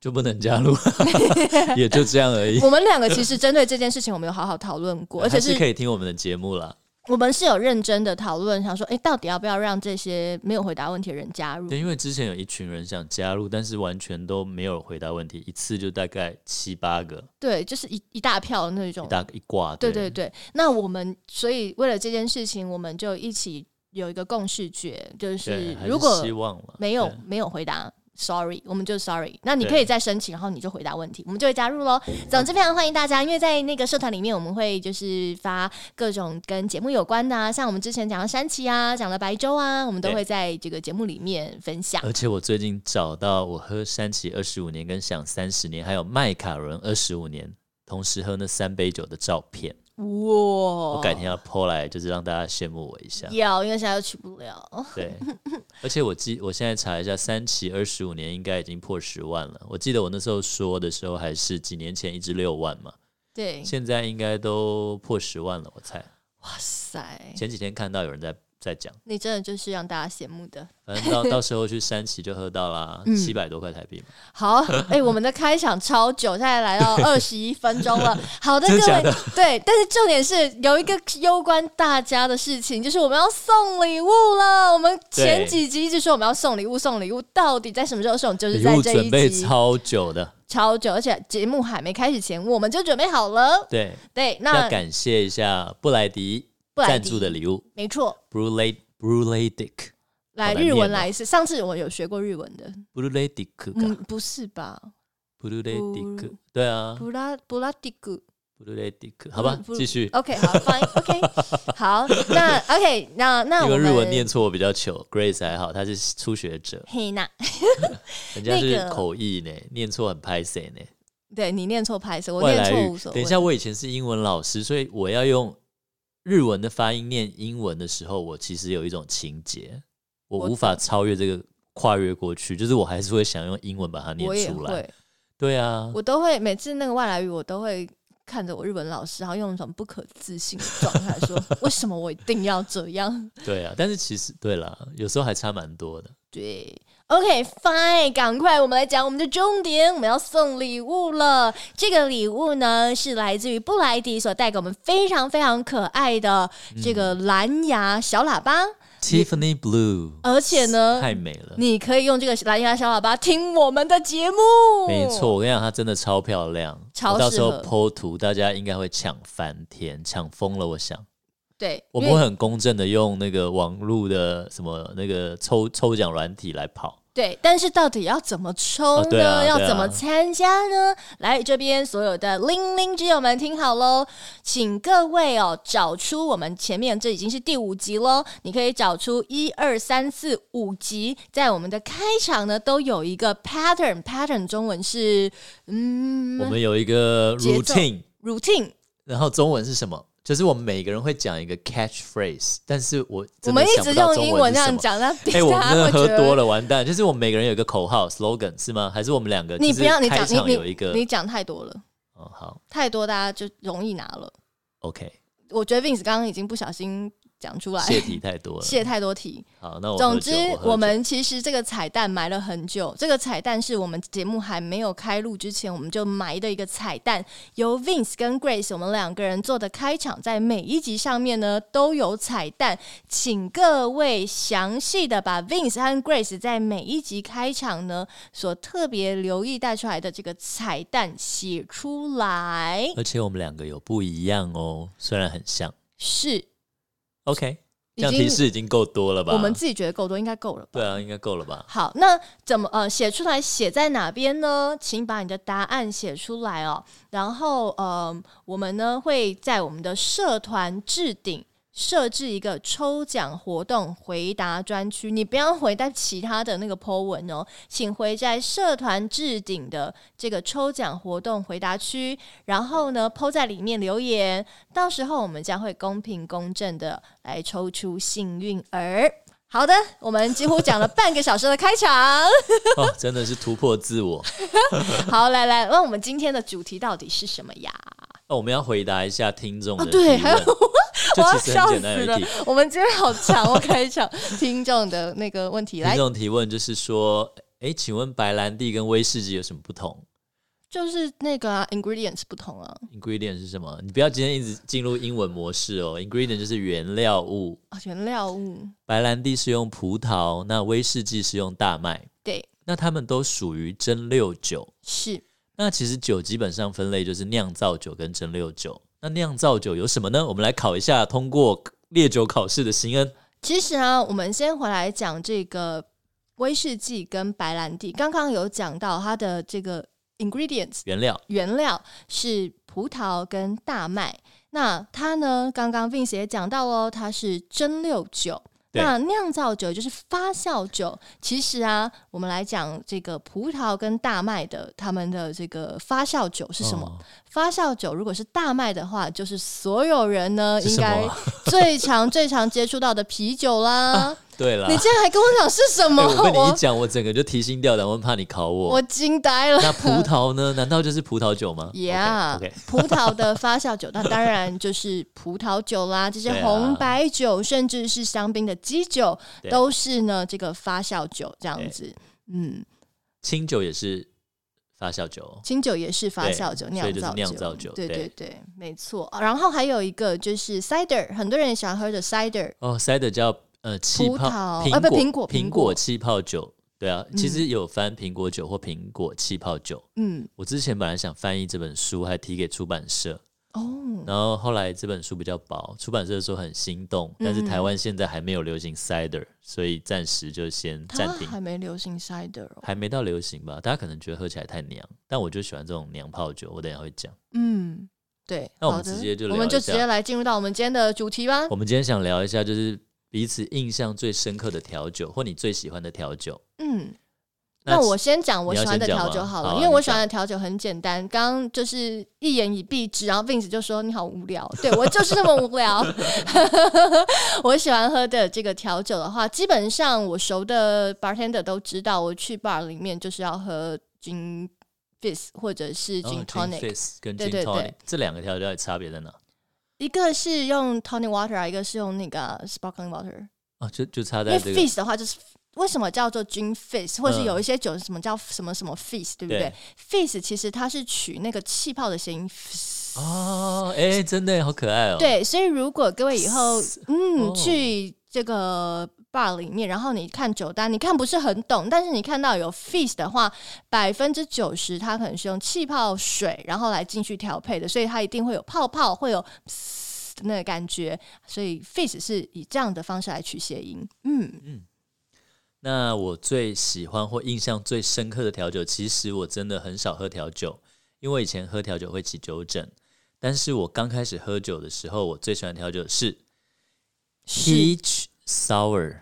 Speaker 1: 就不能加 入，也就这样而已。
Speaker 2: 我们两个其实针对这件事情，我们有好好讨论过，而且
Speaker 1: 还
Speaker 2: 是
Speaker 1: 是可以听我们的节目啦。
Speaker 2: 我们是有认真的讨论，想说，哎、到底要不要让这些没有回答问题的人加入？
Speaker 1: 对，因为之前有一群人想加入，但是完全都没有回答问题，一次就大概七八个，
Speaker 2: 对，就是一一大票那种
Speaker 1: 一。大一挂。
Speaker 2: 对对对，那我们所以为了这件事情，我们就一起有一个共识决，就
Speaker 1: 对，
Speaker 2: 是
Speaker 1: 还是
Speaker 2: 如果
Speaker 1: 希望了
Speaker 2: 没有
Speaker 1: 对
Speaker 2: 没有回答，sorry，我们就 sorry。那你
Speaker 1: 对
Speaker 2: 可以再申请，然后你就回答问题，我们就会加入喽。总之非常欢迎大家，因为在那个社团里面，我们会就是发各种跟节目有关的啊，像我们之前讲的山崎啊，讲的白粥啊，我们都
Speaker 1: 对
Speaker 2: 会在这个节目里面分享。
Speaker 1: 而且我最近找到我喝山崎二十五年跟想三十年，还有麦卡伦二十五年，同时喝那三杯酒的照片，
Speaker 2: 哇！
Speaker 1: 呃我
Speaker 2: 我
Speaker 1: 改天要 po 来，就是让大家羡慕我一下。
Speaker 2: 要，因为现在又去不了。
Speaker 1: 对， 而且我记，我现在查一下，三期二十五年应该已经破十万了。我记得我那时候说的时候，还是几年前一支六万嘛，
Speaker 2: 对，
Speaker 1: 现在应该都破十万了。我猜
Speaker 2: 哇塞，
Speaker 1: 前几天看到有人在在讲，
Speaker 2: 你真的就是让大家羡慕的。
Speaker 1: 反正 到到时候去三期就喝到啦，
Speaker 2: 嗯
Speaker 1: 七百多块台币嘛。
Speaker 2: 好，哎、我们的开场超久，现在来到二十一分钟了。好的，各
Speaker 1: 真的假
Speaker 2: 位
Speaker 1: 的，
Speaker 2: 对，但是重点是有一个攸关大家的事情，就是我们要送礼物了。我们前
Speaker 1: 对
Speaker 2: 几集一直说我们要送礼物，送礼物，到底在什么时候送？就是
Speaker 1: 礼
Speaker 2: 在
Speaker 1: 物
Speaker 2: 这
Speaker 1: 哎准
Speaker 2: 一
Speaker 1: 备
Speaker 2: 集
Speaker 1: 超久的，
Speaker 2: 超久，而且节目还没开始前，我们就准备好了。
Speaker 1: 对，
Speaker 2: 对，
Speaker 1: 要
Speaker 2: 那
Speaker 1: 感谢一下布莱迪
Speaker 2: 布莱
Speaker 1: 赞
Speaker 2: 迪
Speaker 1: 助的礼物
Speaker 2: 没错，
Speaker 1: ，Blue l a Blue l a Dick
Speaker 2: 来
Speaker 1: 好难
Speaker 2: 日文
Speaker 1: 念哦
Speaker 2: 来一次。上次我有学过日文的，
Speaker 1: Blue l a Dick
Speaker 2: 嗯
Speaker 1: 吧，
Speaker 2: 不是吧？
Speaker 1: Blue l a Dick，
Speaker 2: Blue-
Speaker 1: 对啊
Speaker 2: 布拉布拉蒂古。
Speaker 1: ，Blue l a Dick，好吧，
Speaker 2: Blue-
Speaker 1: 继续。
Speaker 2: OK，好，Fine，OK，、好， 那 OK，那
Speaker 1: 因
Speaker 2: 那我
Speaker 1: 为
Speaker 2: 们
Speaker 1: 日文念错我比较糗，Grace 还好，她是初学者，
Speaker 2: 嘿娜，
Speaker 1: 人家是
Speaker 2: 那个
Speaker 1: 口译呢，念错很拍谁呢？
Speaker 2: 对你念错拍摄，我
Speaker 1: 外
Speaker 2: 念
Speaker 1: 来
Speaker 2: 错
Speaker 1: 语
Speaker 2: 无所。谓。
Speaker 1: 等一下，，我以前是英文老师，所以我要用日文的发音念英文的时候，我其实有一种情节，
Speaker 2: 我
Speaker 1: 我
Speaker 2: 懂
Speaker 1: 无法超越这个跨越过去，就是我还是会想用英文把它念
Speaker 2: 我也
Speaker 1: 出来。
Speaker 2: 会，
Speaker 1: 对啊，
Speaker 2: 我都会每次那个外来语，我都会看着我日文老师，然后用一种不可置信的状态说：“ 为什么我一定要这样
Speaker 1: 对啊，但是其实对啦，有时候还差蛮多的。？”
Speaker 2: 对。OK，fine，、赶快，我们来讲我们的重点，我们要送礼物了。这个礼物呢，是来自于布莱迪所带给我们非常非常可爱的这个
Speaker 1: 嗯
Speaker 2: 蓝牙小喇叭。
Speaker 1: Tiffany Blue，
Speaker 2: 而且呢，
Speaker 1: 太美了。
Speaker 2: 你可以用这个蓝牙小喇叭听我们的节目。
Speaker 1: 没错，，我跟你讲，它真的超漂亮，
Speaker 2: 哦超
Speaker 1: 我到时候
Speaker 2: 适合
Speaker 1: PO 图，大家应该会抢翻天，抢疯了。我想，
Speaker 2: 对，
Speaker 1: 我
Speaker 2: 因
Speaker 1: 们
Speaker 2: 为
Speaker 1: 会很公正的用那个网络的什么那个抽抽奖软体来跑。
Speaker 2: 对，但是到底要怎么抽
Speaker 1: 哦对
Speaker 2: 呢？
Speaker 1: 啊对啊
Speaker 2: 要怎么参加呢？来，这边所有的零零之友们听好喽，请各位哦找出我们前面这已经是第五集喽，你可以找出一二三四五集，在我们的开场呢都有一个 pattern，pattern 中文是嗯
Speaker 1: 我们有一个
Speaker 2: 节奏
Speaker 1: routine，
Speaker 2: routine，
Speaker 1: 然后中文是什么？就是我们每个人会讲一个 catchphrase，但是我
Speaker 2: 我
Speaker 1: 真的
Speaker 2: 们一
Speaker 1: 想
Speaker 2: 直
Speaker 1: 不到
Speaker 2: 用
Speaker 1: 中
Speaker 2: 英文
Speaker 1: 是
Speaker 2: 这
Speaker 1: 什
Speaker 2: 样
Speaker 1: 么。
Speaker 2: 讲，那
Speaker 1: 哎、我们
Speaker 2: 大
Speaker 1: 真
Speaker 2: 家
Speaker 1: 的
Speaker 2: 会
Speaker 1: 喝
Speaker 2: 觉得
Speaker 1: 多了，完蛋！就是我们每个人有一个口号 slogan 是吗？还是我们两个？
Speaker 2: 你不要
Speaker 1: 就
Speaker 2: 你
Speaker 1: 是开
Speaker 2: 讲
Speaker 1: 场
Speaker 2: 你
Speaker 1: 有
Speaker 2: 你
Speaker 1: 一个，
Speaker 2: 你讲太多了，
Speaker 1: 哦好
Speaker 2: 太多大家就容易拿了。
Speaker 1: ，OK，
Speaker 2: 我觉得 Vince 刚刚已经不小心讲出来，
Speaker 1: 泄题太多了，
Speaker 2: 泄太多题。
Speaker 1: 好，那我喝
Speaker 2: 总
Speaker 1: 酒
Speaker 2: 之
Speaker 1: 我，喝
Speaker 2: 我
Speaker 1: 酒
Speaker 2: 们其实这个彩蛋埋了很久。这个彩蛋是我们节目还没有开录之前，我们就埋的一个彩蛋，由 Vince 跟 Grace 我们两个人做的开场，在每一集上面呢都有彩蛋，请各位详细的把 Vince 和 Grace 在每一集开场呢所特别留意带出来的这个彩蛋写出来。
Speaker 1: 而且我们两个有不一样哦，虽然很像。
Speaker 2: 是
Speaker 1: OK，这样提示已经够多了吧？
Speaker 2: 我们自己觉得够多，应该够了吧？
Speaker 1: 对啊，应该够了吧？
Speaker 2: 好，那怎么呃写出来？写在哪边呢？请把你的答案写出来哦。然后呃，我们呢会在我们的社团置顶设置一个抽奖活动回答专区，你不要回在其他的那个 po 文哦，请回在社团置顶的这个抽奖活动回答区，然后呢 po 在里面留言，到时候我们将会公平公正的来抽出幸运儿。好的，我们几乎讲了半个小时的开场。
Speaker 1: 哦，真的是突破自我。
Speaker 2: 好，来来，那我们今天的主题到底是什么呀？
Speaker 1: 那、哦、我们要回答一下听众的、
Speaker 2: 哦、对，还有
Speaker 1: 就其实很简单的一题。
Speaker 2: 我们今天好长哦，开场听众的那个问题来。
Speaker 1: 听众提问就是说，哎，请问白兰地跟威士忌有什么不同？
Speaker 2: 就是那个、啊、ingredients 不同啊
Speaker 1: ，ingredient 是什么？你不要今天一直进入英文模式哦。ingredient 就是原料物
Speaker 2: 啊、哦，原料物。
Speaker 1: 白兰地是用葡萄，那威士忌是用大麦。
Speaker 2: 对，
Speaker 1: 那它们都属于蒸馏酒。
Speaker 2: 是。
Speaker 1: 那其实酒基本上分类就是酿造酒跟蒸馏酒。那酿造酒有什么呢？我们来考一下通过烈酒考试的邢恩。
Speaker 2: 其实啊，我们先回来讲这个威士忌跟白兰地。刚刚有讲到它的这个。ingredients
Speaker 1: 原料
Speaker 2: 原料是葡萄跟大麦，那它呢？刚刚 Vince 也讲到哦，它是蒸馏酒。那酿造酒就是发酵酒。其实啊，我们来讲这个葡萄跟大麦的他们的这个发酵酒是什么？哦、发酵酒如果是大麦的话，就是所有人呢应该最常 最常接触到的啤酒啦。啊、
Speaker 1: 对了，
Speaker 2: 你竟然还跟我讲是什么？
Speaker 1: 欸、我跟你一讲，我整个就提心吊胆，我怕你考我。
Speaker 2: 我惊呆了。
Speaker 1: 那葡萄呢？ 难道就是葡萄酒吗
Speaker 2: ？Yeah，、okay, okay. 葡萄的发酵酒，那当然就是葡萄酒 啦，这些红白酒，啊、甚至是香槟的。基酒都是呢，这个发酵酒这样子，嗯，
Speaker 1: 清酒也是发酵酒，哦
Speaker 2: 清酒也是发酵酒，酿造
Speaker 1: 酿造酒，
Speaker 2: 对对对，没错。然后还有一个就是 cider，很多人喜欢喝的 cider，
Speaker 1: 哦，cider 叫呃气泡
Speaker 2: 啊，不苹果嗯
Speaker 1: 苹果气泡酒，对啊，其实有翻苹果酒或苹果气泡酒，嗯，我之前本来想翻译这本书，还提给出版社。
Speaker 2: 哦，
Speaker 1: 然后后来这本书比较薄，出版社说很心动，但
Speaker 2: 嗯
Speaker 1: 是台湾现在还没有流行 cider，、嗯、所以暂时就先暂停。
Speaker 2: 还没流行 cider，、哦、
Speaker 1: 还没到流行吧？大家可能觉得喝起来太娘，但我就喜欢这种娘泡酒，我等下会讲。
Speaker 2: 嗯，对。
Speaker 1: 那我们直接就
Speaker 2: 我们就直接来进入到我们今天的主题吧。
Speaker 1: 我们今天想聊一下，就是彼此印象最深刻的调酒，或你最喜欢的调酒。
Speaker 2: 嗯。那我先讲我喜欢的调酒好了，好啊、因为我喜欢的调酒很简单。刚刚就是一言以蔽之，然后 Vince 就说你好无聊，对我就是那么无聊。 我喜欢喝的这个调酒的话，基本上我熟的 bartender 都知道，我去 bar 里面就是要喝 gin fizz 或者是 gin tonic，、
Speaker 1: 哦、gin 跟 gin tonic 对对对这两个调酒差别在哪？
Speaker 2: 一个是用 tonic water 啊，一个是用那个 sparkling water
Speaker 1: 啊，就就差在、这个、
Speaker 2: 因为 fizz 的话就是。为什么叫做 gin fizz，或是有一些酒什么叫什么什么 fizz，对不对？fizz 其实它是取那个气泡的谐音。
Speaker 1: 哦，哎，真的好可爱哦。
Speaker 2: 对，所以如果各位以后嗯去这个 bar 里面，然后你看酒单，你看不是很懂，但是你看到有 fizz 的话，百分之九十它可能是用气泡水然后来进去调配的，所以它一定会有泡泡，会有。那个感觉，所以 fizz 是以这样的方式来取谐音。嗯嗯。
Speaker 1: 那我最喜欢或印象最深刻的调酒，其实我真的很少喝调酒，因为我以前喝调酒会起酒疹。但是我刚开始喝酒的时候，我最喜欢调酒是 peach sour，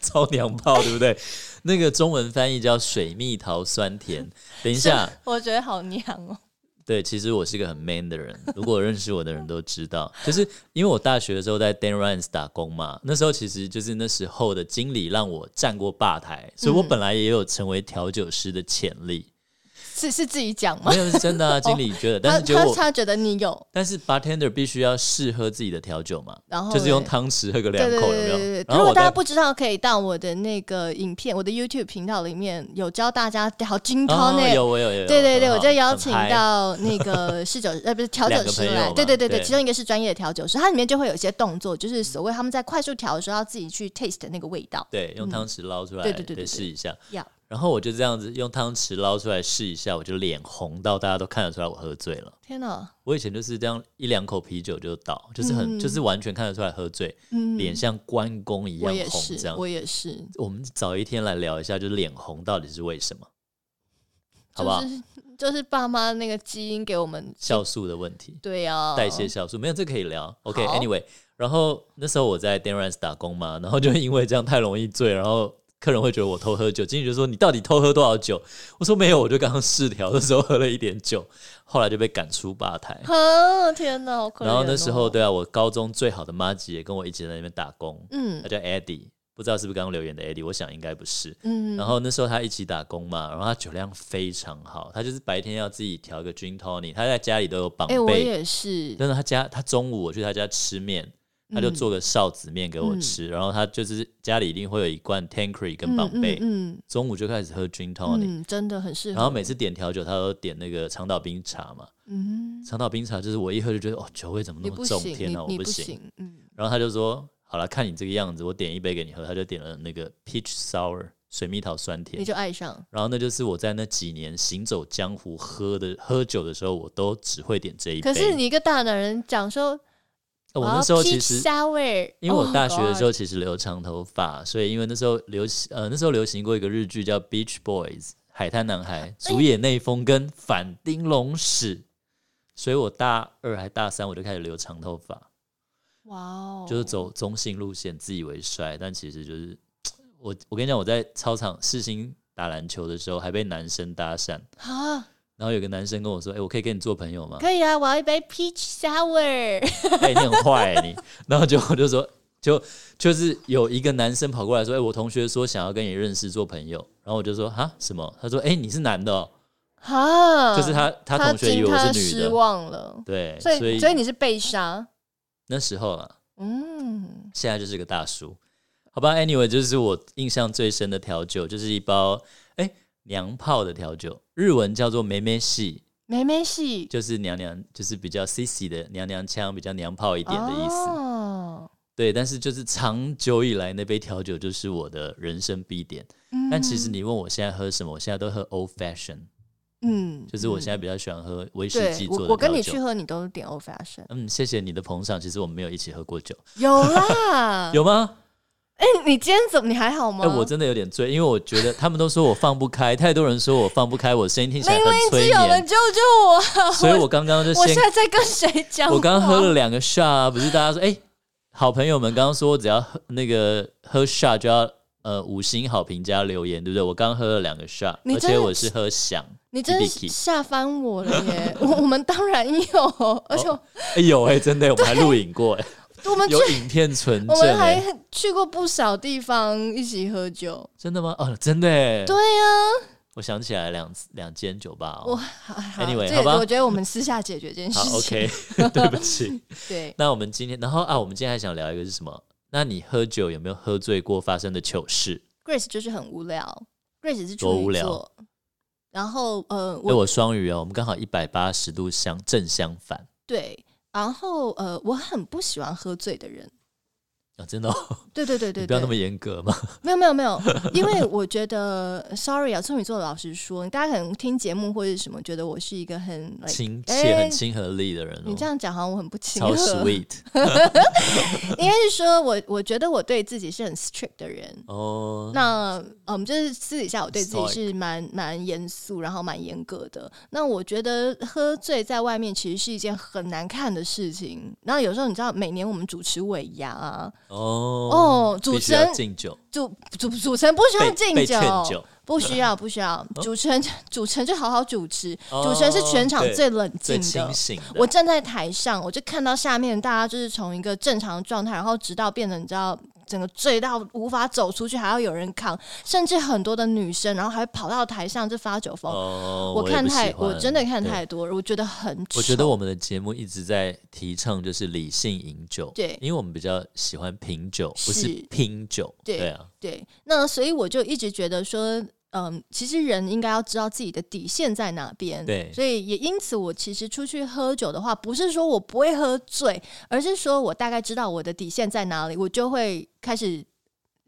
Speaker 1: 超娘炮，对不对？那个中文翻译叫水蜜桃酸甜。等一下，
Speaker 2: 我觉得好娘哦。
Speaker 1: 对，其实我是个很 man 的人，如果认识我的人都知道，就是因为我大学的时候在 Dan Ryan's 打工嘛，那时候其实就是那时候的经理让我站过吧台，所以我本来也有成为调酒师的潜力。
Speaker 2: 嗯、是是自己讲吗？
Speaker 1: 没有，是真 的啊，经理觉得，哦、但是
Speaker 2: 他他觉得你有，
Speaker 1: 但是 bartender 必须要试喝自己的调酒嘛，
Speaker 2: 然后
Speaker 1: 就是用汤匙喝个两口，有没有？
Speaker 2: 如果大家不知道，可以到我的那个影片，我的 YouTube 频道里面有教大家好金汤那、
Speaker 1: 哦、有我有有，
Speaker 2: 对对对，我就邀请到那个 侍酒呃不是调酒师来，对对对
Speaker 1: 对，
Speaker 2: 其中一个是专业的调酒师，它里面就会有一些动作，就是所谓他们在快速调的时候要自己去 taste 那个味道，
Speaker 1: 对，用汤匙捞出来，
Speaker 2: 嗯对对对对，
Speaker 1: 试一下。然后我就这样子用汤匙捞出来试一下，我就脸红到大家都看得出来我喝醉了。
Speaker 2: 天哪，
Speaker 1: 我以前就是这样一两口啤酒就倒，就是很、
Speaker 2: 嗯
Speaker 1: 就是完全看得出来喝醉，
Speaker 2: 嗯，
Speaker 1: 脸像关公一
Speaker 2: 我
Speaker 1: 样
Speaker 2: 也
Speaker 1: 红这
Speaker 2: 是，
Speaker 1: 样。
Speaker 2: 嗯我也是，
Speaker 1: 我们早一天来聊一下，就是脸红到底是为什么，好不好？
Speaker 2: 就是就是爸妈那个基因给我们，
Speaker 1: 酵素的问题，
Speaker 2: 对啊呀，
Speaker 1: 代谢酵素没有这可以聊。
Speaker 2: 好
Speaker 1: OK，Anyway，、然后那时候我在 Dan r a n s 打工嘛，然后就因为这样太容易醉，然后客人会觉得我偷喝酒，经理就说你到底偷喝多少酒？我说没有，我就刚刚试调的时候喝了一点酒， 后来就被赶出吧台。
Speaker 2: 啊，天哪，好可怜
Speaker 1: 然后那时候，
Speaker 2: 哦，
Speaker 1: 对啊，我高中最好的妈吉也跟我一起在那边打工，
Speaker 2: 嗯
Speaker 1: 她叫 Eddie，不知道是不是刚刚留言的 Eddie，我想应该不是。
Speaker 2: 嗯，
Speaker 1: 然后那时候他一起打工嘛，然后他酒量非常好，他就是白天要自己调一个 gin tonic，他在家里都有绑
Speaker 2: 哎，我
Speaker 1: 杯。
Speaker 2: 也是，
Speaker 1: 真的，他家他中午我去他家吃面，他就
Speaker 2: 嗯
Speaker 1: 做个臊子面给我吃，然后他就是家里一定会有一罐 Tankery 跟绑杯，
Speaker 2: 嗯
Speaker 1: 中午就开始喝 gin
Speaker 2: 嗯嗯
Speaker 1: tonic，、
Speaker 2: 嗯，真的很适合，
Speaker 1: 然后每次点调酒他都点那个长岛冰茶嘛，
Speaker 2: 嗯，
Speaker 1: 长岛冰茶就是我一喝就觉得哦酒味怎么
Speaker 2: 你
Speaker 1: 那么
Speaker 2: 不
Speaker 1: 重，
Speaker 2: 行，
Speaker 1: 天
Speaker 2: 你
Speaker 1: 哪我
Speaker 2: 你
Speaker 1: 不行，
Speaker 2: 行，嗯，
Speaker 1: 然后他就说好了，看你这个样子，我点一杯给你喝，他就点了那个 peach sour 水蜜桃酸甜
Speaker 2: 你，就爱上，
Speaker 1: 然后那就是我在那几年行走江湖喝的喝酒的时候，我都只会点这一杯。
Speaker 2: 可是你一个大男人讲说，
Speaker 1: 呃我那时候其实
Speaker 2: s o u
Speaker 1: 因为我大学的时
Speaker 2: 候，
Speaker 1: 候其实留长头发，所以因为那时候流行呃那时候流行过一个日剧叫《Beach Boys》海滩男孩，竹野内丰跟反町隆史，所以我大二还大三我就开始留长头发，
Speaker 2: 哇哦，
Speaker 1: 就是走中性路线，自以为帅，但其实就是我我跟你讲，我在操场世新打篮球的时候还被男生搭讪，
Speaker 2: 啊，
Speaker 1: 然后有个男生跟我说：“哎、我可以跟你做朋友吗？”
Speaker 2: 可以啊，我要一杯 peach sour，
Speaker 1: 哎、你很坏、欸、你。 然后就我就说，就就是有一个男生跑过来说，哎、我同学说想要跟你认识做朋友，然后我就说哈什么？他说，哎、你是男的、哦，
Speaker 2: 啊，
Speaker 1: 就是他他同学以
Speaker 2: 惊
Speaker 1: 为我
Speaker 2: 他
Speaker 1: 是女
Speaker 2: 失
Speaker 1: 的，
Speaker 2: 望了，
Speaker 1: 对，
Speaker 2: 所
Speaker 1: 所
Speaker 2: 以所以你是被杀，
Speaker 1: 那时候啊，
Speaker 2: 嗯，
Speaker 1: 现在就是个大叔，好吧？Anyway，就是我印象最深的调酒，就是一包哎、娘炮的调酒，日文叫做梅梅系，
Speaker 2: 妹妹系
Speaker 1: 就是娘娘，就是比较 sissy 的娘娘腔，比较娘炮一点的意思。
Speaker 2: 哦
Speaker 1: 对，但是就是长久以来那杯调酒就是我的人生必点。
Speaker 2: 嗯
Speaker 1: 但其实你问我现在喝什么，我现在都喝 old fashion，
Speaker 2: 嗯，
Speaker 1: 就是我
Speaker 2: 嗯
Speaker 1: 现在比较喜欢喝威士忌
Speaker 2: 对
Speaker 1: 做
Speaker 2: 我
Speaker 1: 的
Speaker 2: 我跟
Speaker 1: 调
Speaker 2: 你
Speaker 1: 酒
Speaker 2: 去喝，你都是点 old fashion，
Speaker 1: 嗯，谢谢你的捧场。其实我们没有一起喝过酒，
Speaker 2: 有啦，
Speaker 1: 有吗？
Speaker 2: 哎，你今天怎啊么你还好吗？
Speaker 1: 哎、我真的有点醉，因为我觉得他们都说我放不开，太多人说我放不开，我声音听起来
Speaker 2: 因
Speaker 1: 很
Speaker 2: 为只
Speaker 1: 催
Speaker 2: 有人
Speaker 1: 眠，
Speaker 2: 救救我啊，
Speaker 1: 所以我刚刚就
Speaker 2: 我
Speaker 1: 先
Speaker 2: 现在在跟谁 讲话？
Speaker 1: 我刚刚喝了两个 shot，啊不是大家说，哎、好朋友们刚刚说我只要喝那个喝 shot 就要呃五星好评加留言，对不对？我刚喝了两个 shot，
Speaker 2: 你
Speaker 1: 而
Speaker 2: 真的
Speaker 1: 且我是喝响，
Speaker 2: 你真是
Speaker 1: Hibiki
Speaker 2: 吓翻我了耶！我我们当然有，而且我
Speaker 1: 哎、有哎、真的，我们还录影 过哎、
Speaker 2: 们去
Speaker 1: 有影片存
Speaker 2: 我
Speaker 1: 证
Speaker 2: 们
Speaker 1: 哎、
Speaker 2: 还去过不少地方一起喝酒。
Speaker 1: 真的吗？哦，真的哎、
Speaker 2: 对呀、
Speaker 1: 我想起来两两间酒吧、
Speaker 2: 我
Speaker 1: 哦。
Speaker 2: 好好
Speaker 1: Anyway，
Speaker 2: 这
Speaker 1: 好
Speaker 2: 也
Speaker 1: 吧
Speaker 2: 我觉得我们私下解决这件事
Speaker 1: 好
Speaker 2: 情。
Speaker 1: ，OK，对 不起。
Speaker 2: 对，
Speaker 1: 那我们今天，然后啊，我们今天还想聊一个是什么？那你喝酒有没有喝醉过发生的糗事？
Speaker 2: Grace 就是很无聊，Grace 是
Speaker 1: 多
Speaker 2: 处
Speaker 1: 无
Speaker 2: 女
Speaker 1: 聊
Speaker 2: 座，然后呃，
Speaker 1: 因为
Speaker 2: 我
Speaker 1: 我双鱼哦，我们刚好一百八十度相正相反
Speaker 2: 对，然后呃，我很不喜欢喝醉的人。
Speaker 1: 啊、真的、哦。
Speaker 2: 对对对对
Speaker 1: 你
Speaker 2: 对，
Speaker 1: 不要那么严格嘛。
Speaker 2: 没有没有没有，因为我觉得，sorry 啊，处女座老师说，大家可能听节目或者什么，觉得我是一个很 like,
Speaker 1: 亲切、
Speaker 2: 哎
Speaker 1: 很亲和力的人、哦，
Speaker 2: 你这样讲好像我很不亲
Speaker 1: 超
Speaker 2: 和，
Speaker 1: sweet
Speaker 2: 应该是说我我觉得我对自己是很 strict 的人。
Speaker 1: 哦。
Speaker 2: 那嗯，就是私底下我对自己
Speaker 1: Stoic
Speaker 2: 是蛮蛮严肃，然后蛮严格的。那我觉得喝醉在外面其实是一件很难看的事情。那有时候你知道，每年我们主持尾牙啊，
Speaker 1: 哦
Speaker 2: 哦主
Speaker 1: 必须要
Speaker 2: 持人
Speaker 1: 敬酒，
Speaker 2: 主主主持人不需
Speaker 1: 被
Speaker 2: 要敬
Speaker 1: 被
Speaker 2: 酒
Speaker 1: 劝，酒，
Speaker 2: 不需要，不需要。
Speaker 1: 哦
Speaker 2: 主持人，主持人就好好主持，
Speaker 1: 哦
Speaker 2: 主持人是全场
Speaker 1: 对
Speaker 2: 最冷静
Speaker 1: 最
Speaker 2: 的
Speaker 1: 清。醒的。
Speaker 2: 我站在台上，我就看到下面大家就是从一个正常的状态，然后直到变成你知道整个醉到无法走出去，还要有人扛，甚至很多的女生，然后还会跑到台上就发酒疯。
Speaker 1: 哦，
Speaker 2: 我
Speaker 1: 也
Speaker 2: 看
Speaker 1: 不喜
Speaker 2: 太，我
Speaker 1: 欢
Speaker 2: 真的看
Speaker 1: 对
Speaker 2: 太多了，我觉得很丑。
Speaker 1: 我觉得我们的节目一直在提倡就是理性饮酒，
Speaker 2: 对
Speaker 1: 因为我们比较喜欢品酒，不是
Speaker 2: 是
Speaker 1: 拼酒，
Speaker 2: 对
Speaker 1: 对啊，
Speaker 2: 对，那所以我就一直觉得说，嗯，其实人应该要知道自己的底线在哪边。
Speaker 1: 对
Speaker 2: 所以也因此，我其实出去喝酒的话，不是说我不会喝醉，而是说我大概知道我的底线在哪里，我就会开始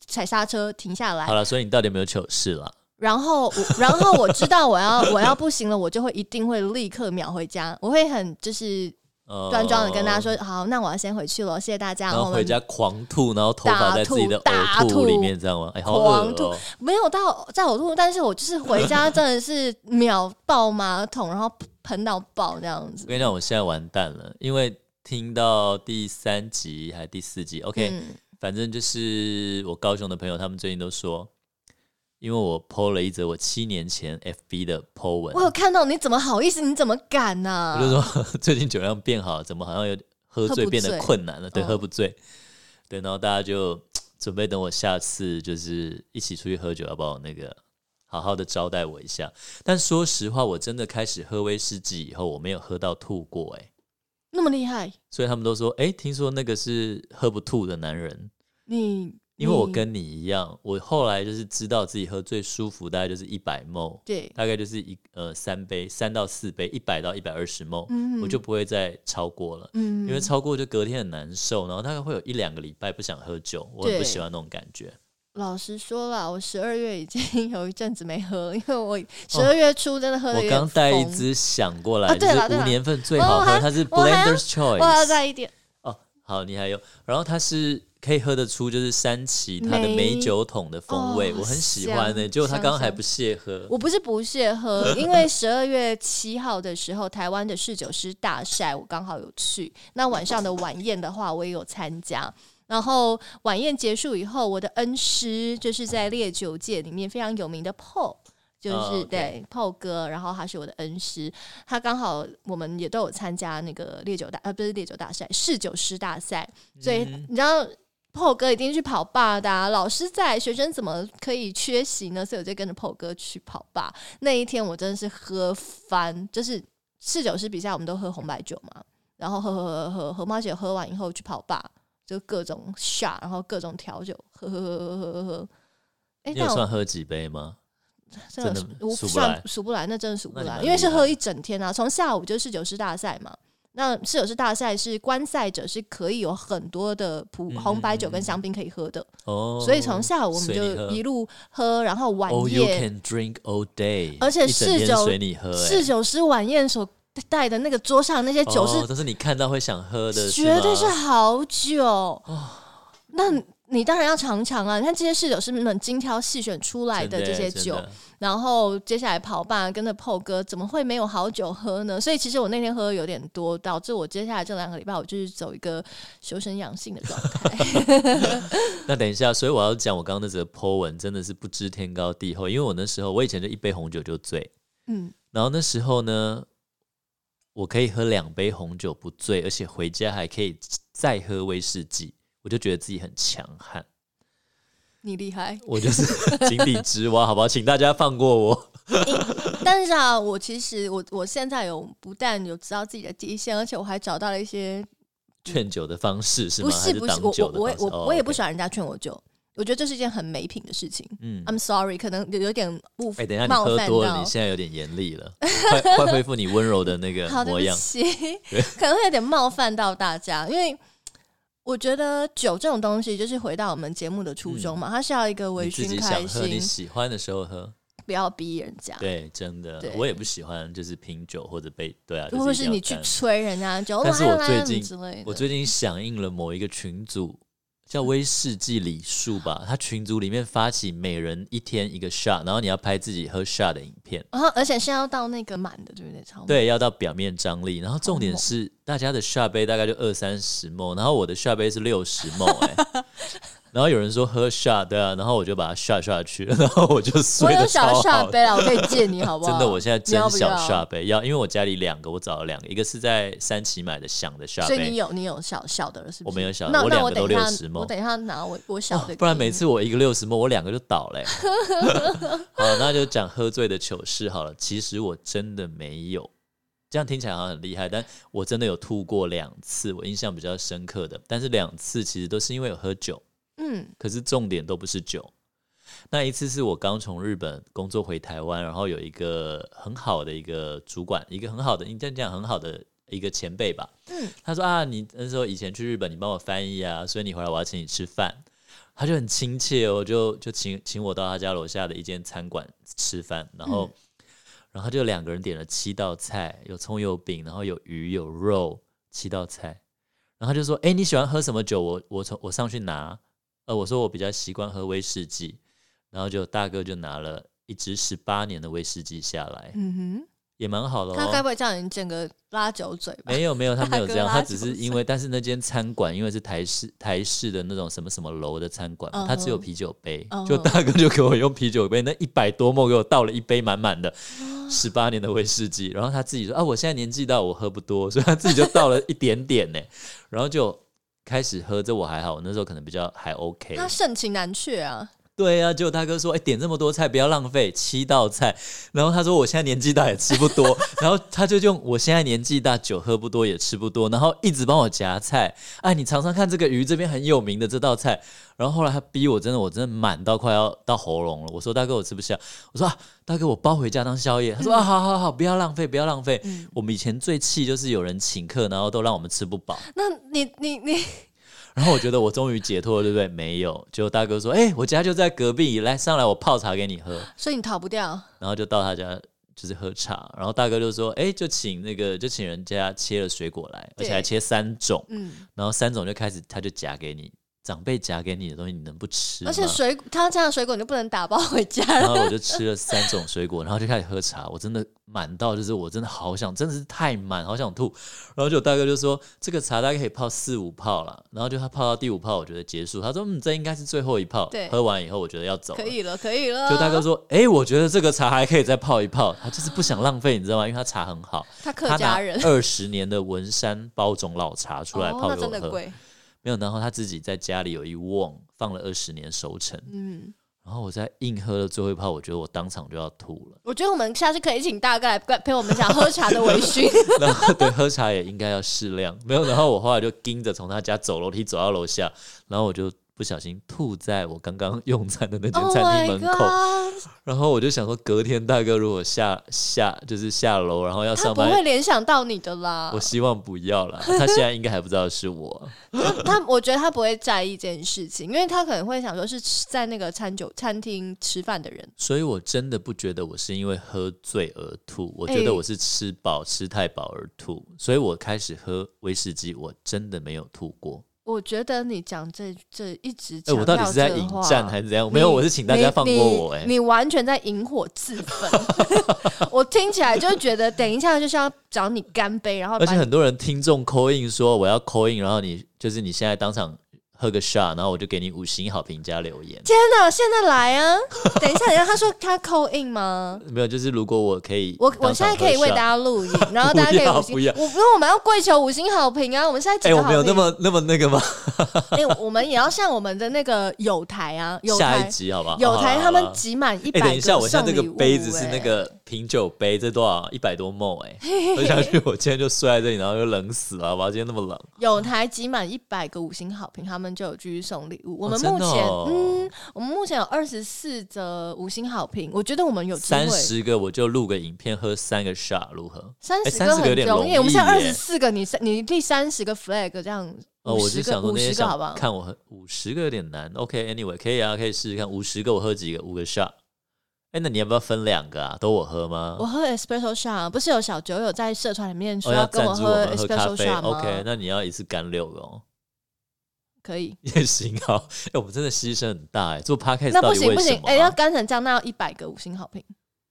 Speaker 2: 踩刹车，停下来
Speaker 1: 好。了，所以你到底有没有糗事啦？
Speaker 2: 然后我，然后我知道我要我要不行了，我就会一定会立刻秒回家，我会很就是
Speaker 1: 呃
Speaker 2: 端庄的跟大家，说，好，那我要先回去了，谢谢大家。
Speaker 1: 然
Speaker 2: 我
Speaker 1: 后
Speaker 2: 们
Speaker 1: 回家狂吐，然后头发在自己的
Speaker 2: 大
Speaker 1: 耳
Speaker 2: 吐
Speaker 1: 兔里面这样吗？哎，好恶
Speaker 2: 狂吐
Speaker 1: 哦！
Speaker 2: 没有到在呕吐，但是我就是回家真的是秒爆马桶，然后喷到爆这样
Speaker 1: 我
Speaker 2: 子。
Speaker 1: 跟你讲，我现在完蛋了，因为听到第三集还是第四集，OK，、
Speaker 2: 嗯，
Speaker 1: 反正就是我高雄的朋友，他们最近都说，因为我 PO 了一则我七年前 FB 的 PO 文，
Speaker 2: 我有看到，你怎么好意思？你怎么敢啊
Speaker 1: 我
Speaker 2: 呢、
Speaker 1: 就说 最近酒量变好，怎么好像有喝
Speaker 2: 喝
Speaker 1: 醉
Speaker 2: 不
Speaker 1: 变得
Speaker 2: 醉
Speaker 1: 困难了？对，
Speaker 2: 嗯
Speaker 1: 喝不醉。对，然后大家就准备等我下次就是一起出去喝酒，要帮我那个好好的招待我一下。但说实话，我真的开始喝威士忌以后，我没有喝到吐过、欸，
Speaker 2: 那么厉害，
Speaker 1: 所以他们都说，哎、听说那个是喝不吐的男人。
Speaker 2: 你
Speaker 1: 因为我
Speaker 2: 你
Speaker 1: 跟你一样，我后来就是知道自己喝最舒服，大概就是一百 ml，
Speaker 2: 对
Speaker 1: 大概就是一呃三杯，三到四杯，一百到一百二十 ml，
Speaker 2: 嗯
Speaker 1: 我就不会再超过了。
Speaker 2: 嗯
Speaker 1: 因为超过就隔天很难受，然后大概会有一两个礼拜不想喝酒，我很
Speaker 2: 对
Speaker 1: 不喜欢那种感觉。
Speaker 2: 老实说了，我十二月已经有一阵子没喝了，因为我十二月初真的喝的
Speaker 1: 哦我
Speaker 2: 有点
Speaker 1: 刚带一
Speaker 2: 疯，
Speaker 1: 支想过来，
Speaker 2: 啊
Speaker 1: 就
Speaker 2: 对啦
Speaker 1: 是
Speaker 2: 对
Speaker 1: 五
Speaker 2: 啦
Speaker 1: 年份最好
Speaker 2: 哦我
Speaker 1: 喝，
Speaker 2: 还
Speaker 1: 它是
Speaker 2: 我还要
Speaker 1: Blender's
Speaker 2: 我要
Speaker 1: Choice。
Speaker 2: 带一点，
Speaker 1: 哦，好，你还有，然后它是可以喝得出就是三旗它的
Speaker 2: 梅
Speaker 1: 美酒桶的风味，
Speaker 2: 哦
Speaker 1: 我很喜欢呢、
Speaker 2: 香
Speaker 1: 结果他刚刚还
Speaker 2: 香
Speaker 1: 不屑喝，
Speaker 2: 我不是不屑喝，因为十二月七号的时候，台湾的侍酒师大赛我刚好有去。那晚上的晚宴的话，我也有参加。然后晚宴结束以后，我的恩师就是在烈酒界里面非常有名的 Paul，就是、
Speaker 1: 哦，OK
Speaker 2: 对 Paul 哥，然后他是我的恩师，他刚好我们也都有参加那个烈酒大呃不是烈酒大赛侍酒师大赛，所以
Speaker 1: 嗯
Speaker 2: 你知道 Paul 哥一定去跑吧的啊、老师在，学生怎么可以缺席呢？所以我就跟着 Paul 哥去跑吧。那一天我真的是喝翻，就是侍酒师比赛，我们都喝红白酒嘛，然后喝喝喝喝喝，猫姐喝完以后去跑吧，就各种 shot，然后各种调酒，喝喝喝喝喝喝喝。哎、
Speaker 1: 你有
Speaker 2: 那
Speaker 1: 算
Speaker 2: 我
Speaker 1: 喝几杯吗？
Speaker 2: 真的
Speaker 1: 真的
Speaker 2: 我
Speaker 1: 数不
Speaker 2: 算
Speaker 1: 来
Speaker 2: 数不来，那真的数不
Speaker 1: 那你
Speaker 2: 来，
Speaker 1: 蛮
Speaker 2: 因为
Speaker 1: 厉
Speaker 2: 是喝
Speaker 1: 害
Speaker 2: 一整天啊，从下午就是侍酒师大赛嘛。那侍酒师大赛是观赛者是可以有很多的普
Speaker 1: 嗯
Speaker 2: 红白酒
Speaker 1: 嗯
Speaker 2: 跟
Speaker 1: 嗯
Speaker 2: 香槟可以喝的，
Speaker 1: 哦，
Speaker 2: 所以从下午我们
Speaker 1: 随你
Speaker 2: 就
Speaker 1: 喝
Speaker 2: 一路喝，然后晚
Speaker 1: Oh, you
Speaker 2: 宴
Speaker 1: can drink all day，
Speaker 2: 而且
Speaker 1: 一整天
Speaker 2: 侍酒
Speaker 1: 随你喝、欸，
Speaker 2: 侍酒师晚宴所带的那个桌上那些酒
Speaker 1: 哦、
Speaker 2: 是
Speaker 1: 都是你看到会想喝的，
Speaker 2: 绝对是
Speaker 1: 吗哦
Speaker 2: 好酒。那你当然要尝尝啊！你看这些侍酒师们精挑细选出来的
Speaker 1: 欸
Speaker 2: 这些酒，，然后接下来跑吧，跟着 PO 哥，怎么会没有好酒喝呢？所以其实我那天喝有点多，导致我接下来这两个礼拜我就是走一个修身养性的状态。
Speaker 1: 真的那等一下，所以我要讲我刚刚那则 po 文真的是不知天高地厚，因为我那时候我以前就一杯红酒就醉，
Speaker 2: 嗯，
Speaker 1: 然后那时候呢，我可以喝两杯红酒不醉，而且回家还可以再喝威士忌，我就觉得自己很强悍，。
Speaker 2: 你厉害
Speaker 1: 我就是 井底之蛙，好不好？请大家放过我。
Speaker 2: 但是啊，我其实我我现在有不但有知道自己的底线，而且我还找到了一些
Speaker 1: 劝酒的方式是吗？
Speaker 2: 不是
Speaker 1: 还
Speaker 2: 不
Speaker 1: 挡
Speaker 2: 是我
Speaker 1: 酒的
Speaker 2: 我
Speaker 1: 方
Speaker 2: 我
Speaker 1: 式
Speaker 2: 我我也不喜，
Speaker 1: 哦
Speaker 2: 欢人家劝我酒，我觉得这是一件很没品的事情。
Speaker 1: ，OK 嗯
Speaker 2: I'm sorry，可能有有点误
Speaker 1: 哎、等一下，你
Speaker 2: 冒
Speaker 1: 喝
Speaker 2: 犯
Speaker 1: 多
Speaker 2: 到
Speaker 1: 了，你现在有点严厉 了，快快恢复你温柔的那个
Speaker 2: 好，对
Speaker 1: 模
Speaker 2: 不
Speaker 1: 样。
Speaker 2: 起
Speaker 1: 对，
Speaker 2: 可能会有点冒犯到大家，因为我觉得酒这种东西，就是回到我们节目的初衷嘛，它是要一个
Speaker 1: 嗯
Speaker 2: 微
Speaker 1: 你自己
Speaker 2: 醺开
Speaker 1: 想喝，你
Speaker 2: 心，
Speaker 1: 喜欢的时候喝。
Speaker 2: 不要逼人家，
Speaker 1: 对，真的
Speaker 2: 对，
Speaker 1: 我也不喜欢就是拼酒或者被对啊，
Speaker 2: 或者
Speaker 1: 就是一定要
Speaker 2: 你去
Speaker 1: 干
Speaker 2: 催 人家酒，
Speaker 1: 但是我
Speaker 2: 来
Speaker 1: 最
Speaker 2: 来
Speaker 1: 近
Speaker 2: 之类的。嗯
Speaker 1: 我最近响应了某一个群组，叫威士忌礼数 吧，他群组里面发起每人一天一个 shot，然后你要拍自己喝 shot 的影片。
Speaker 2: 然后而且是要到那个满的，对不对？超满，
Speaker 1: 对，要到表面张力，然后重点
Speaker 2: 猛
Speaker 1: 是大家的下杯大概就二三十 ml，然后我的下杯是六十 ml，哎， 然后有人说喝 shot，对啊，然后我就把它 shot 下去， 然后我就
Speaker 2: 我
Speaker 1: 睡
Speaker 2: 有
Speaker 1: 得
Speaker 2: 小
Speaker 1: 超
Speaker 2: 下
Speaker 1: 好。
Speaker 2: 杯了，啊我 可以借你好不好？
Speaker 1: 真的，我现在
Speaker 2: 你要
Speaker 1: 真
Speaker 2: 不
Speaker 1: 小
Speaker 2: 要
Speaker 1: 下杯要，因为我家里两个，我找了两个，一个是在三旗买的响的下
Speaker 2: 所以你
Speaker 1: 杯，
Speaker 2: 有你有小小的了，是不
Speaker 1: 我
Speaker 2: 是？
Speaker 1: 没有小的
Speaker 2: 那
Speaker 1: 我
Speaker 2: 那
Speaker 1: 两
Speaker 2: 我
Speaker 1: 个都
Speaker 2: 等一下
Speaker 1: 60吗
Speaker 2: 我等一下拿我我小的给你、
Speaker 1: 哦不然每次我一个六十 ml，我两个就倒嘞、好，那就讲喝醉的糗事好了。其实我真的没有，这样听起来好像很厉害，但我真的有吐过两次，我印象比较深刻的。但是两次其实都是因为有喝酒，
Speaker 2: 嗯
Speaker 1: 可是重点都不是酒。那一次是我刚从日本工作回台湾，然后有一个很好的一个主管，一个很好的，应该讲很好的一个前辈吧。
Speaker 2: 嗯
Speaker 1: 他说啊，你那时候以前去日本，你帮我翻译啊，所以你回来我要请你吃饭。他就很亲切哦，就就请请我到他家楼下的一间餐馆吃饭，然
Speaker 2: 嗯
Speaker 1: 后、然后就两个人点了七道菜，有葱有饼，然后有鱼有肉，七道菜。然后他就说：“哎，你喜欢喝什么酒？我我从我上去拿。”呃，我说我比较习惯喝威士忌，然后就大哥就拿了一支十八年的威士忌下来，
Speaker 3: 嗯
Speaker 1: 也蛮好的
Speaker 2: 嗯他该
Speaker 1: 哦。
Speaker 2: 不会叫你整个拉酒嘴吧？
Speaker 1: 没有没有，他没有
Speaker 2: 大哥
Speaker 1: 这样，
Speaker 2: 拉
Speaker 1: 他只
Speaker 2: 酒
Speaker 1: 是因为，但是那间餐馆因为是台式台式的那种什么什么楼的餐馆嘛，他只有
Speaker 2: 嗯哼
Speaker 1: 啤酒杯，
Speaker 2: 嗯
Speaker 1: 就
Speaker 2: 哼
Speaker 1: 大哥就给我用啤酒杯那一百多沫给我倒了一杯满满的，
Speaker 2: 哦
Speaker 1: 十八年的威士忌，然后他自己说啊，我现在年纪到，我喝不多，所以他自己就倒了一点点呢， 然后就开始喝。这我还好，我那时候可能比较还 OK。
Speaker 2: 他盛情难却啊，
Speaker 1: 对啊，结果大哥说，哎、点这么多菜不要浪费，七道菜。然后他说我现在年纪大也吃不多， 然后他就用我现在年纪大酒喝不多也吃不多，然后一直帮我夹菜。哎，你尝尝看这个鱼这边很有名的这道菜。然后后来他逼我，真的我真的满到快要到喉咙了。我说大哥我吃不下，我说啊大哥我包回家当宵夜。他说啊好好好，不要浪费不要浪费。我们以前最气就是有人请客，然后都让我们吃不饱。
Speaker 2: 那你你 你
Speaker 1: 然后我觉得我终于解脱了，对不对？没有，结果大哥说：“哎、我家就在隔壁，来上来，我泡茶给你喝。
Speaker 2: 所以你逃不掉。”
Speaker 1: 然后就到他家就是喝茶，然后大哥就说：“哎、就请那个就请人家切了水果来，而且还
Speaker 2: 对
Speaker 1: 切三种，
Speaker 2: 嗯，
Speaker 1: 然后三种就开始他就夹给你，长辈夹给你的东西你能不吃吗？”哦
Speaker 2: 而且水他这样的水果你就不能打包回 家
Speaker 1: 然
Speaker 2: 了。
Speaker 1: 后我就吃了三种水果，然后就开始喝茶。我真的满到，就是我真的好想，真的是太满，好想吐。然后就我大哥就说，这个茶大概可以泡四五泡了。然后就他泡到第五泡，我觉得结束。他说，嗯，这应该是最后一泡
Speaker 2: 对。
Speaker 1: 喝完以后，我觉得要走了
Speaker 2: 可。以了，可以了。
Speaker 1: 就大哥说，哎、我觉得这个茶还可以再泡一泡。他就是不想浪费，你知道吗？因为他茶很好，
Speaker 2: 他客
Speaker 1: 他
Speaker 2: 家
Speaker 1: 拿
Speaker 2: 人，
Speaker 1: 二十年的文山包种老茶出来
Speaker 2: 哦
Speaker 1: 泡
Speaker 2: 那
Speaker 1: 给我
Speaker 2: 真
Speaker 1: 喝。
Speaker 2: 的贵。
Speaker 1: 没有，然后他自己在家里有一瓮，放了二十年熟成。
Speaker 2: 嗯，
Speaker 1: 然后我在硬喝了最后一泡，我觉得我当场就要吐了。
Speaker 2: 我觉得我们下次可以请大哥来陪我们讲喝茶的微 醺。
Speaker 1: 然后对喝茶也应该要适量，没有。然后我后来就盯着从他家走楼梯走到楼下，然后我就不小心吐在我刚刚用餐的那间
Speaker 2: Oh
Speaker 1: 餐
Speaker 2: my
Speaker 1: 厅门口。
Speaker 2: god！
Speaker 1: 然后我就想说，隔天大哥如果下下就是下楼，然后要
Speaker 2: 他
Speaker 1: 上
Speaker 2: 不会
Speaker 1: 班，
Speaker 2: 联想到你的啦
Speaker 1: 我。希望不要啦。他现在应该还不知道是我。
Speaker 2: 他我觉得他不会在意这件事情，因为他可能会想说是吃在那个餐酒餐厅吃饭的人。
Speaker 1: 所以我真的不觉得我是因为喝醉而吐，我觉
Speaker 2: 哎
Speaker 1: 得我是吃饱、吃太饱而吐。所以我开始喝威士忌，我真的没有吐过。
Speaker 2: 我觉得你讲这这一直
Speaker 1: 哎、
Speaker 2: 强
Speaker 1: 我到底
Speaker 2: 调
Speaker 1: 是在
Speaker 2: 这
Speaker 1: 引
Speaker 2: 话
Speaker 1: 战还是怎样？没有，
Speaker 2: 你
Speaker 1: 我是请大家放过我、
Speaker 2: 你
Speaker 1: 哎
Speaker 2: 你，你完全在引火自焚。 我听起来就觉得，等一下就是要找你干杯，然后
Speaker 1: 而
Speaker 2: 把
Speaker 1: 且
Speaker 2: 你
Speaker 1: 很多人听众 call in 说我要 call in，然后你就是你现在当场喝个 shot，然后我就给你五星好评加留言。
Speaker 2: 天哪，现在来啊！等一下，等一下，他说他 call in 吗？
Speaker 1: 没有，就是如果我可以
Speaker 2: 我我
Speaker 1: 当
Speaker 2: 现
Speaker 1: 场喝 shot，
Speaker 2: 在可以为大家录影，然后大家可以 五星，
Speaker 1: 不要不
Speaker 2: 我不用，我们要跪求五星好评啊！我们现在
Speaker 1: 哎、
Speaker 2: 几个
Speaker 1: 我
Speaker 2: 好
Speaker 1: 没有那
Speaker 2: 评？
Speaker 1: 么那么那个吗？
Speaker 2: 哎、我们也要像我们的那个友台啊，友
Speaker 1: 下一
Speaker 2: 台
Speaker 1: 集好吧？
Speaker 2: 友
Speaker 1: 好啦
Speaker 2: 台
Speaker 1: 好
Speaker 2: 他们
Speaker 1: 啦
Speaker 2: 集满一
Speaker 1: 哎、
Speaker 2: 百、
Speaker 1: 等一下，我现在这个杯子
Speaker 2: 哎
Speaker 1: 是那个品酒杯，这多少？一百多 ml 哎、我想去，我今天就睡在这里，然后就冷死了，好吧？今天那么冷，
Speaker 2: 有台集满一百个五星好评，他们就有继续送礼物。我们
Speaker 1: 哦真
Speaker 2: 目
Speaker 1: 的
Speaker 2: 前，
Speaker 1: 哦
Speaker 2: 嗯，我们目前有二十四则五星好评，我觉得我们有机会
Speaker 1: 三。十个我就录个影片，喝三个 shot 如何？
Speaker 2: 三
Speaker 1: 哎
Speaker 2: 十
Speaker 1: 30个有
Speaker 2: 很
Speaker 1: 点
Speaker 2: 容
Speaker 1: 容易
Speaker 2: 我们现在二十
Speaker 1: 耶
Speaker 2: 四个，你三你第三十个 flag 这样，
Speaker 1: 哦，
Speaker 2: 五
Speaker 1: 我
Speaker 2: 十
Speaker 1: 是
Speaker 2: 个
Speaker 1: 想说
Speaker 2: 五
Speaker 1: 那
Speaker 2: 十
Speaker 1: 些
Speaker 2: 个好不
Speaker 1: 想
Speaker 2: 好？
Speaker 1: 看我喝五十个有点难。OK，Anyway，、可以啊，可以试试看五十个我喝几个，五个 shot。哎、那你要不要分两个啊？都我喝吗？
Speaker 2: 我喝 espresso shot，不是啊有小酒友在社团里面说
Speaker 1: 哦、要
Speaker 2: 跟
Speaker 1: 赞助
Speaker 2: 喝
Speaker 1: 们喝咖
Speaker 2: espresso
Speaker 1: 啡。
Speaker 2: shot 吗
Speaker 1: OK，那你要一次干六个哦，
Speaker 2: 可以。
Speaker 1: 也行啊。哎、我们真的牺牲很大哎、做 podcast
Speaker 2: 那
Speaker 1: 到
Speaker 2: 不
Speaker 1: 底
Speaker 2: 行
Speaker 1: 为
Speaker 2: 不
Speaker 1: 什
Speaker 2: 行
Speaker 1: 么，啊、
Speaker 2: 哎，要干成这样，那要一百个五星好评。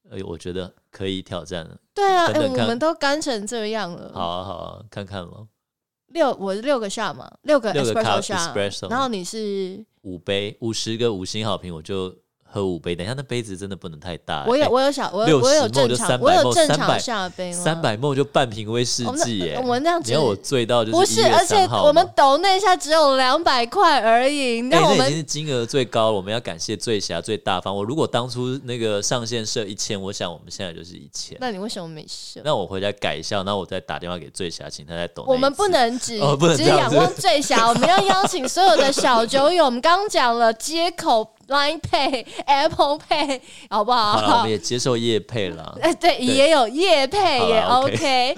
Speaker 1: 哎我觉得可以挑战了。
Speaker 2: 对啊，
Speaker 1: 等
Speaker 2: 哎，
Speaker 1: 等
Speaker 2: 我
Speaker 1: 看
Speaker 2: 们都干成这样了。
Speaker 1: 好啊，好啊，看看咯，
Speaker 2: 六我是六个 shot 嘛，六个
Speaker 1: 六个
Speaker 2: espresso
Speaker 1: cup espresso
Speaker 2: shot，然后啊你是
Speaker 1: 五杯五十个五星好评，我就喝五杯。等一下，那杯子真的不能太大、
Speaker 2: 我有
Speaker 1: 哎
Speaker 2: 我有小我
Speaker 1: 60
Speaker 2: 有我有
Speaker 1: 梦
Speaker 2: 正
Speaker 1: 就
Speaker 2: 常
Speaker 1: 300
Speaker 2: 我有
Speaker 1: 梦
Speaker 2: 正
Speaker 1: 300
Speaker 2: 常下杯吗？
Speaker 1: 三百沫就半瓶威士
Speaker 2: 我们
Speaker 1: 忌耶、
Speaker 2: 我们那样
Speaker 1: 你
Speaker 2: 子
Speaker 1: 要我醉到就是
Speaker 2: 不是，
Speaker 1: 1月
Speaker 2: 而且
Speaker 1: 3号
Speaker 2: 我们
Speaker 1: 吗
Speaker 2: 抖那一下只有两百块而已，
Speaker 1: 哎、
Speaker 2: 那
Speaker 1: 那
Speaker 2: 我
Speaker 1: 已
Speaker 2: 们
Speaker 1: 经是金额最高了，我们要感谢醉侠最大方。我如果当初那个上限设一千，我想我们现在就是一千。
Speaker 2: 那你为什么没事？
Speaker 1: 那我回家改一下，那我再打电话给醉侠，请他再懂。
Speaker 2: 我们不能只、
Speaker 1: 哦不能
Speaker 2: 只
Speaker 1: 这样
Speaker 2: 仰
Speaker 1: 子
Speaker 2: 望醉侠，我们要邀请所有的小酒友。我们刚刚讲了街口 Line Pay、Apple Pay，好不好？
Speaker 1: 好 了，我们也接受业配了。
Speaker 2: 哎，对，也有业配
Speaker 1: 好
Speaker 2: 也
Speaker 1: 啦
Speaker 2: OK。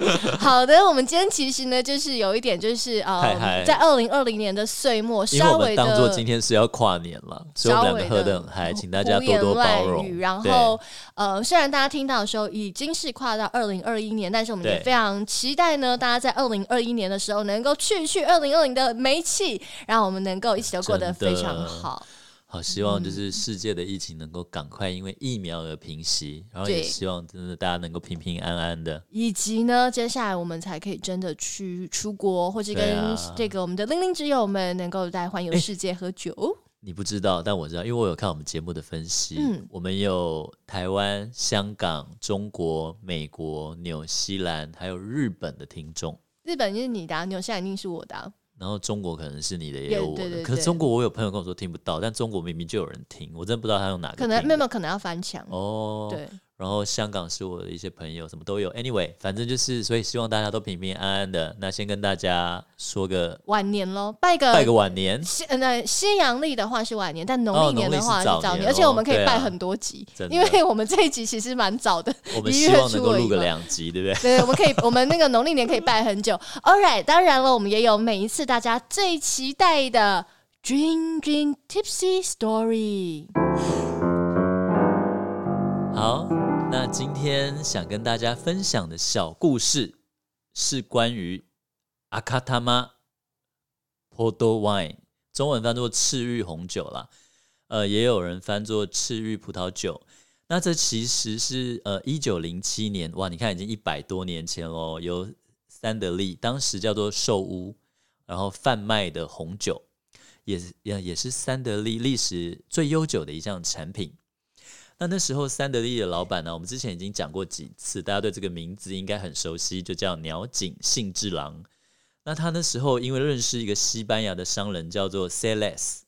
Speaker 2: 好的，我们今天其实呢，就是有一点就是
Speaker 1: 太嗨
Speaker 2: 呃，在二零二零年的岁末，
Speaker 1: 因为
Speaker 2: 稍
Speaker 1: 我
Speaker 2: 微
Speaker 1: 们当做
Speaker 2: 的
Speaker 1: 今天是要跨年了，所以我们两个喝得很嗨，请大家多
Speaker 2: 胡言
Speaker 1: 多
Speaker 2: 乱
Speaker 1: 包容。
Speaker 2: 语然
Speaker 1: 对
Speaker 2: 后呃，虽然大家听到的时候已经是跨到二零二一年，但是我们也
Speaker 1: 对
Speaker 2: 非常期待呢，大家在二零二一年的时候能够去去二零二零的煤气，让我们能够一起都过得
Speaker 1: 真的
Speaker 2: 非常好。
Speaker 1: 好希望
Speaker 2: 嗯
Speaker 1: 就是世界的疫情能够赶快因为疫苗而平息，然后
Speaker 2: 对
Speaker 1: 也希望真的大家能够平平安安的。
Speaker 2: 以及呢，接下来我们才可以真的去出国，或是
Speaker 1: 对
Speaker 2: 跟
Speaker 1: 啊
Speaker 2: 这个我们的零零之友们能够来环游
Speaker 1: 哎
Speaker 2: 世界喝酒。
Speaker 1: 你不知道，但我知道，因为我有看我们节目的分析，
Speaker 2: 嗯
Speaker 1: 我们有台湾、香港、中国、美国、纽西兰，还有日本的听众。
Speaker 2: 日本就是你的、啊，纽西兰一定是我的啊、
Speaker 1: 然后中国可能是你的，也
Speaker 2: 也
Speaker 1: 有我的。
Speaker 2: 对对
Speaker 1: 可是
Speaker 2: 对
Speaker 1: 中国我有朋友跟我说听不到，但中国明明就有人听，我真的不知道他用哪个
Speaker 2: 可
Speaker 1: 听的。
Speaker 2: 能没有没有，可能要翻墙。
Speaker 1: 哦，
Speaker 2: 对，
Speaker 1: 然后香港是我的一些朋友，什么都有。Anyway，反正就是，所以希望大家都平平安安的。那先跟大家说个
Speaker 2: 晚年喽，拜个
Speaker 1: 拜个晚年，
Speaker 2: 西呃那西洋历的话是晚年，但农
Speaker 1: 哦
Speaker 2: 历年的话
Speaker 1: 农历是早
Speaker 2: 早
Speaker 1: 年
Speaker 2: 而且我们可以
Speaker 1: 哦对啊
Speaker 2: 拜很多集，
Speaker 1: 真的
Speaker 2: 因为我们这一集其实蛮早的。
Speaker 1: 我们
Speaker 2: 一
Speaker 1: 希
Speaker 2: 月
Speaker 1: 望
Speaker 2: 初
Speaker 1: 能够
Speaker 2: 而已
Speaker 1: 录个
Speaker 2: 嘛
Speaker 1: 两集，对不对？
Speaker 2: 对，我们可以，我们那个农历年可以拜很久。All right，当然了，我们也有每一次大家最期待的 Dream Dream Tipsy Story。
Speaker 1: 好，那今天想跟大家分享的小故事是关于阿卡塔玛 Porto Wine，中文翻作赤玉红酒啦，呃，也有人翻作赤玉葡萄酒。那这其实是呃，一九零七年，哇，你看已经一百多年前喽，由三得利当时叫做寿屋，然后贩卖的红酒，也是也也是三得利历史最悠久的一项产品。那那时候三得利的老板呢，我们之前已经讲过几次，大家对这个名字应该很熟悉，就叫鸟井幸治郎。那他那时候因为认识一个西班牙的商人叫做 Celes，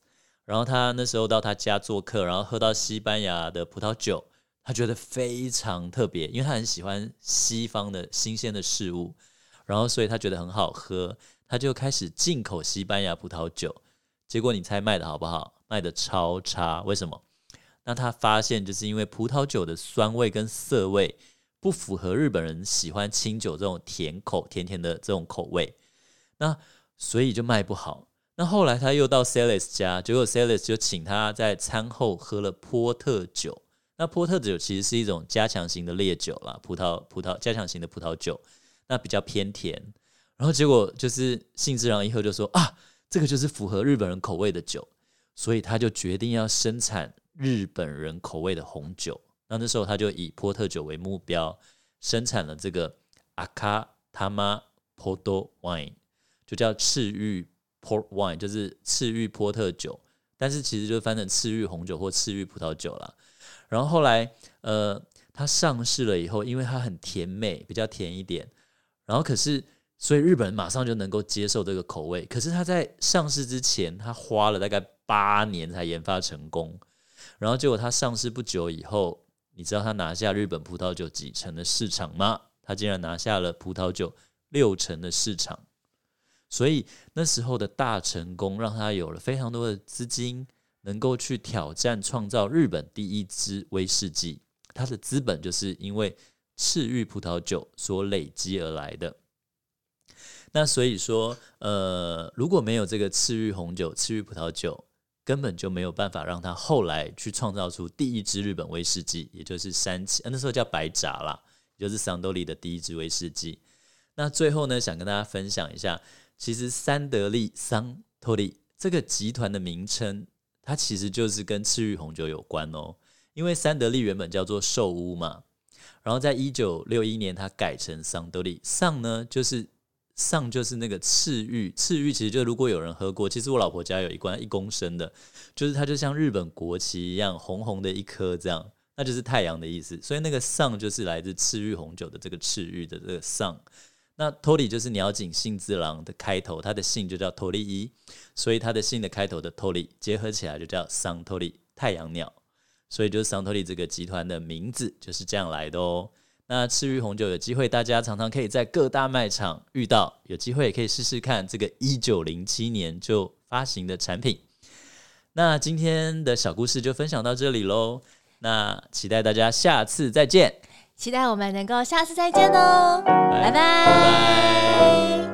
Speaker 1: 然后他那时候到他家做客，然后喝到西班牙的葡萄酒，他觉得非常特别，因为他很喜欢西方的新鲜的事物，然后所以他觉得很好喝，他就开始进口西班牙葡萄酒。结果你猜卖的好不好？卖的超差，为什么？那他发现，就是因为葡萄酒的酸味跟涩味不符合日本人喜欢清酒这种甜口、甜甜的这种口味，那所以就卖不好。那后来他又到 Celis 家，结果 Celis 就请他在餐后喝了波特酒。那波特酒其实是一种加强型的烈酒啦，葡萄葡萄加强型的葡萄酒，那比较偏甜。然后结果就是幸之郎一喝就说啊，这个就是符合日本人口味的酒，所以他就决定要生产日本人口味的红酒。那那时候他就以波特酒为目标，生产了这个阿卡他妈 Porto Wine，就叫赤玉 Port Wine，就是赤玉波特酒，但是其实就翻成赤玉红酒或赤玉葡萄酒啦。然后后来，呃，它上市了以后，因为它很甜美，比较甜一点，然后可是，所以日本人马上就能够接受这个口味。可是他在上市之前，他花了大概八年才研发成功。然后结果他上市不久以后，你知道他拿下日本葡萄酒几成的市场吗？他竟然拿下了葡萄酒六成的市场。所以那时候的大成功，让他有了非常多的资金，能够去挑战创造日本第一支威士忌。他的资本就是因为赤玉葡萄酒所累积而来的。那所以说，呃，如果没有这个赤玉红酒、赤玉葡萄酒，根本就没有办法让他后来去创造出第一支日本威士忌，也就是山崎、呃，那时候叫白札啦，也就是桑多利的第一支威士忌。那最后呢，想跟大家分享一下，其实三得利桑托利这个集团的名称，它其实就是跟赤玉红酒有关哦。因为三得利原本叫做寿屋嘛，然后在一九六一年它改成桑德利。桑呢就是桑就是那个赤玉，赤玉其实就如果有人喝过，其实我老婆家有一罐一公升的，就是它就像日本国旗一样红红的一颗这样，那就是太阳的意思。所以那个桑就是来自赤玉红酒的这个赤玉的这个桑。那 Tori 就是鸟井幸之郎的开头，他的姓就叫 Tori 一，所以他的姓的开头的 Tori 结合起来就叫桑 Tori 太阳鸟。所以就是桑托利这个集团的名字就是这样来的哦。那赤玉红酒有机会，大家常常可以在各大卖场遇到，有机会也可以试试看这个一九零七年就发行的产品。那今天的小故事就分享到这里喽，那期待大家下次再见，
Speaker 2: 期待我们能够下次再见哦，
Speaker 1: 拜
Speaker 2: 拜
Speaker 1: 拜。
Speaker 2: 拜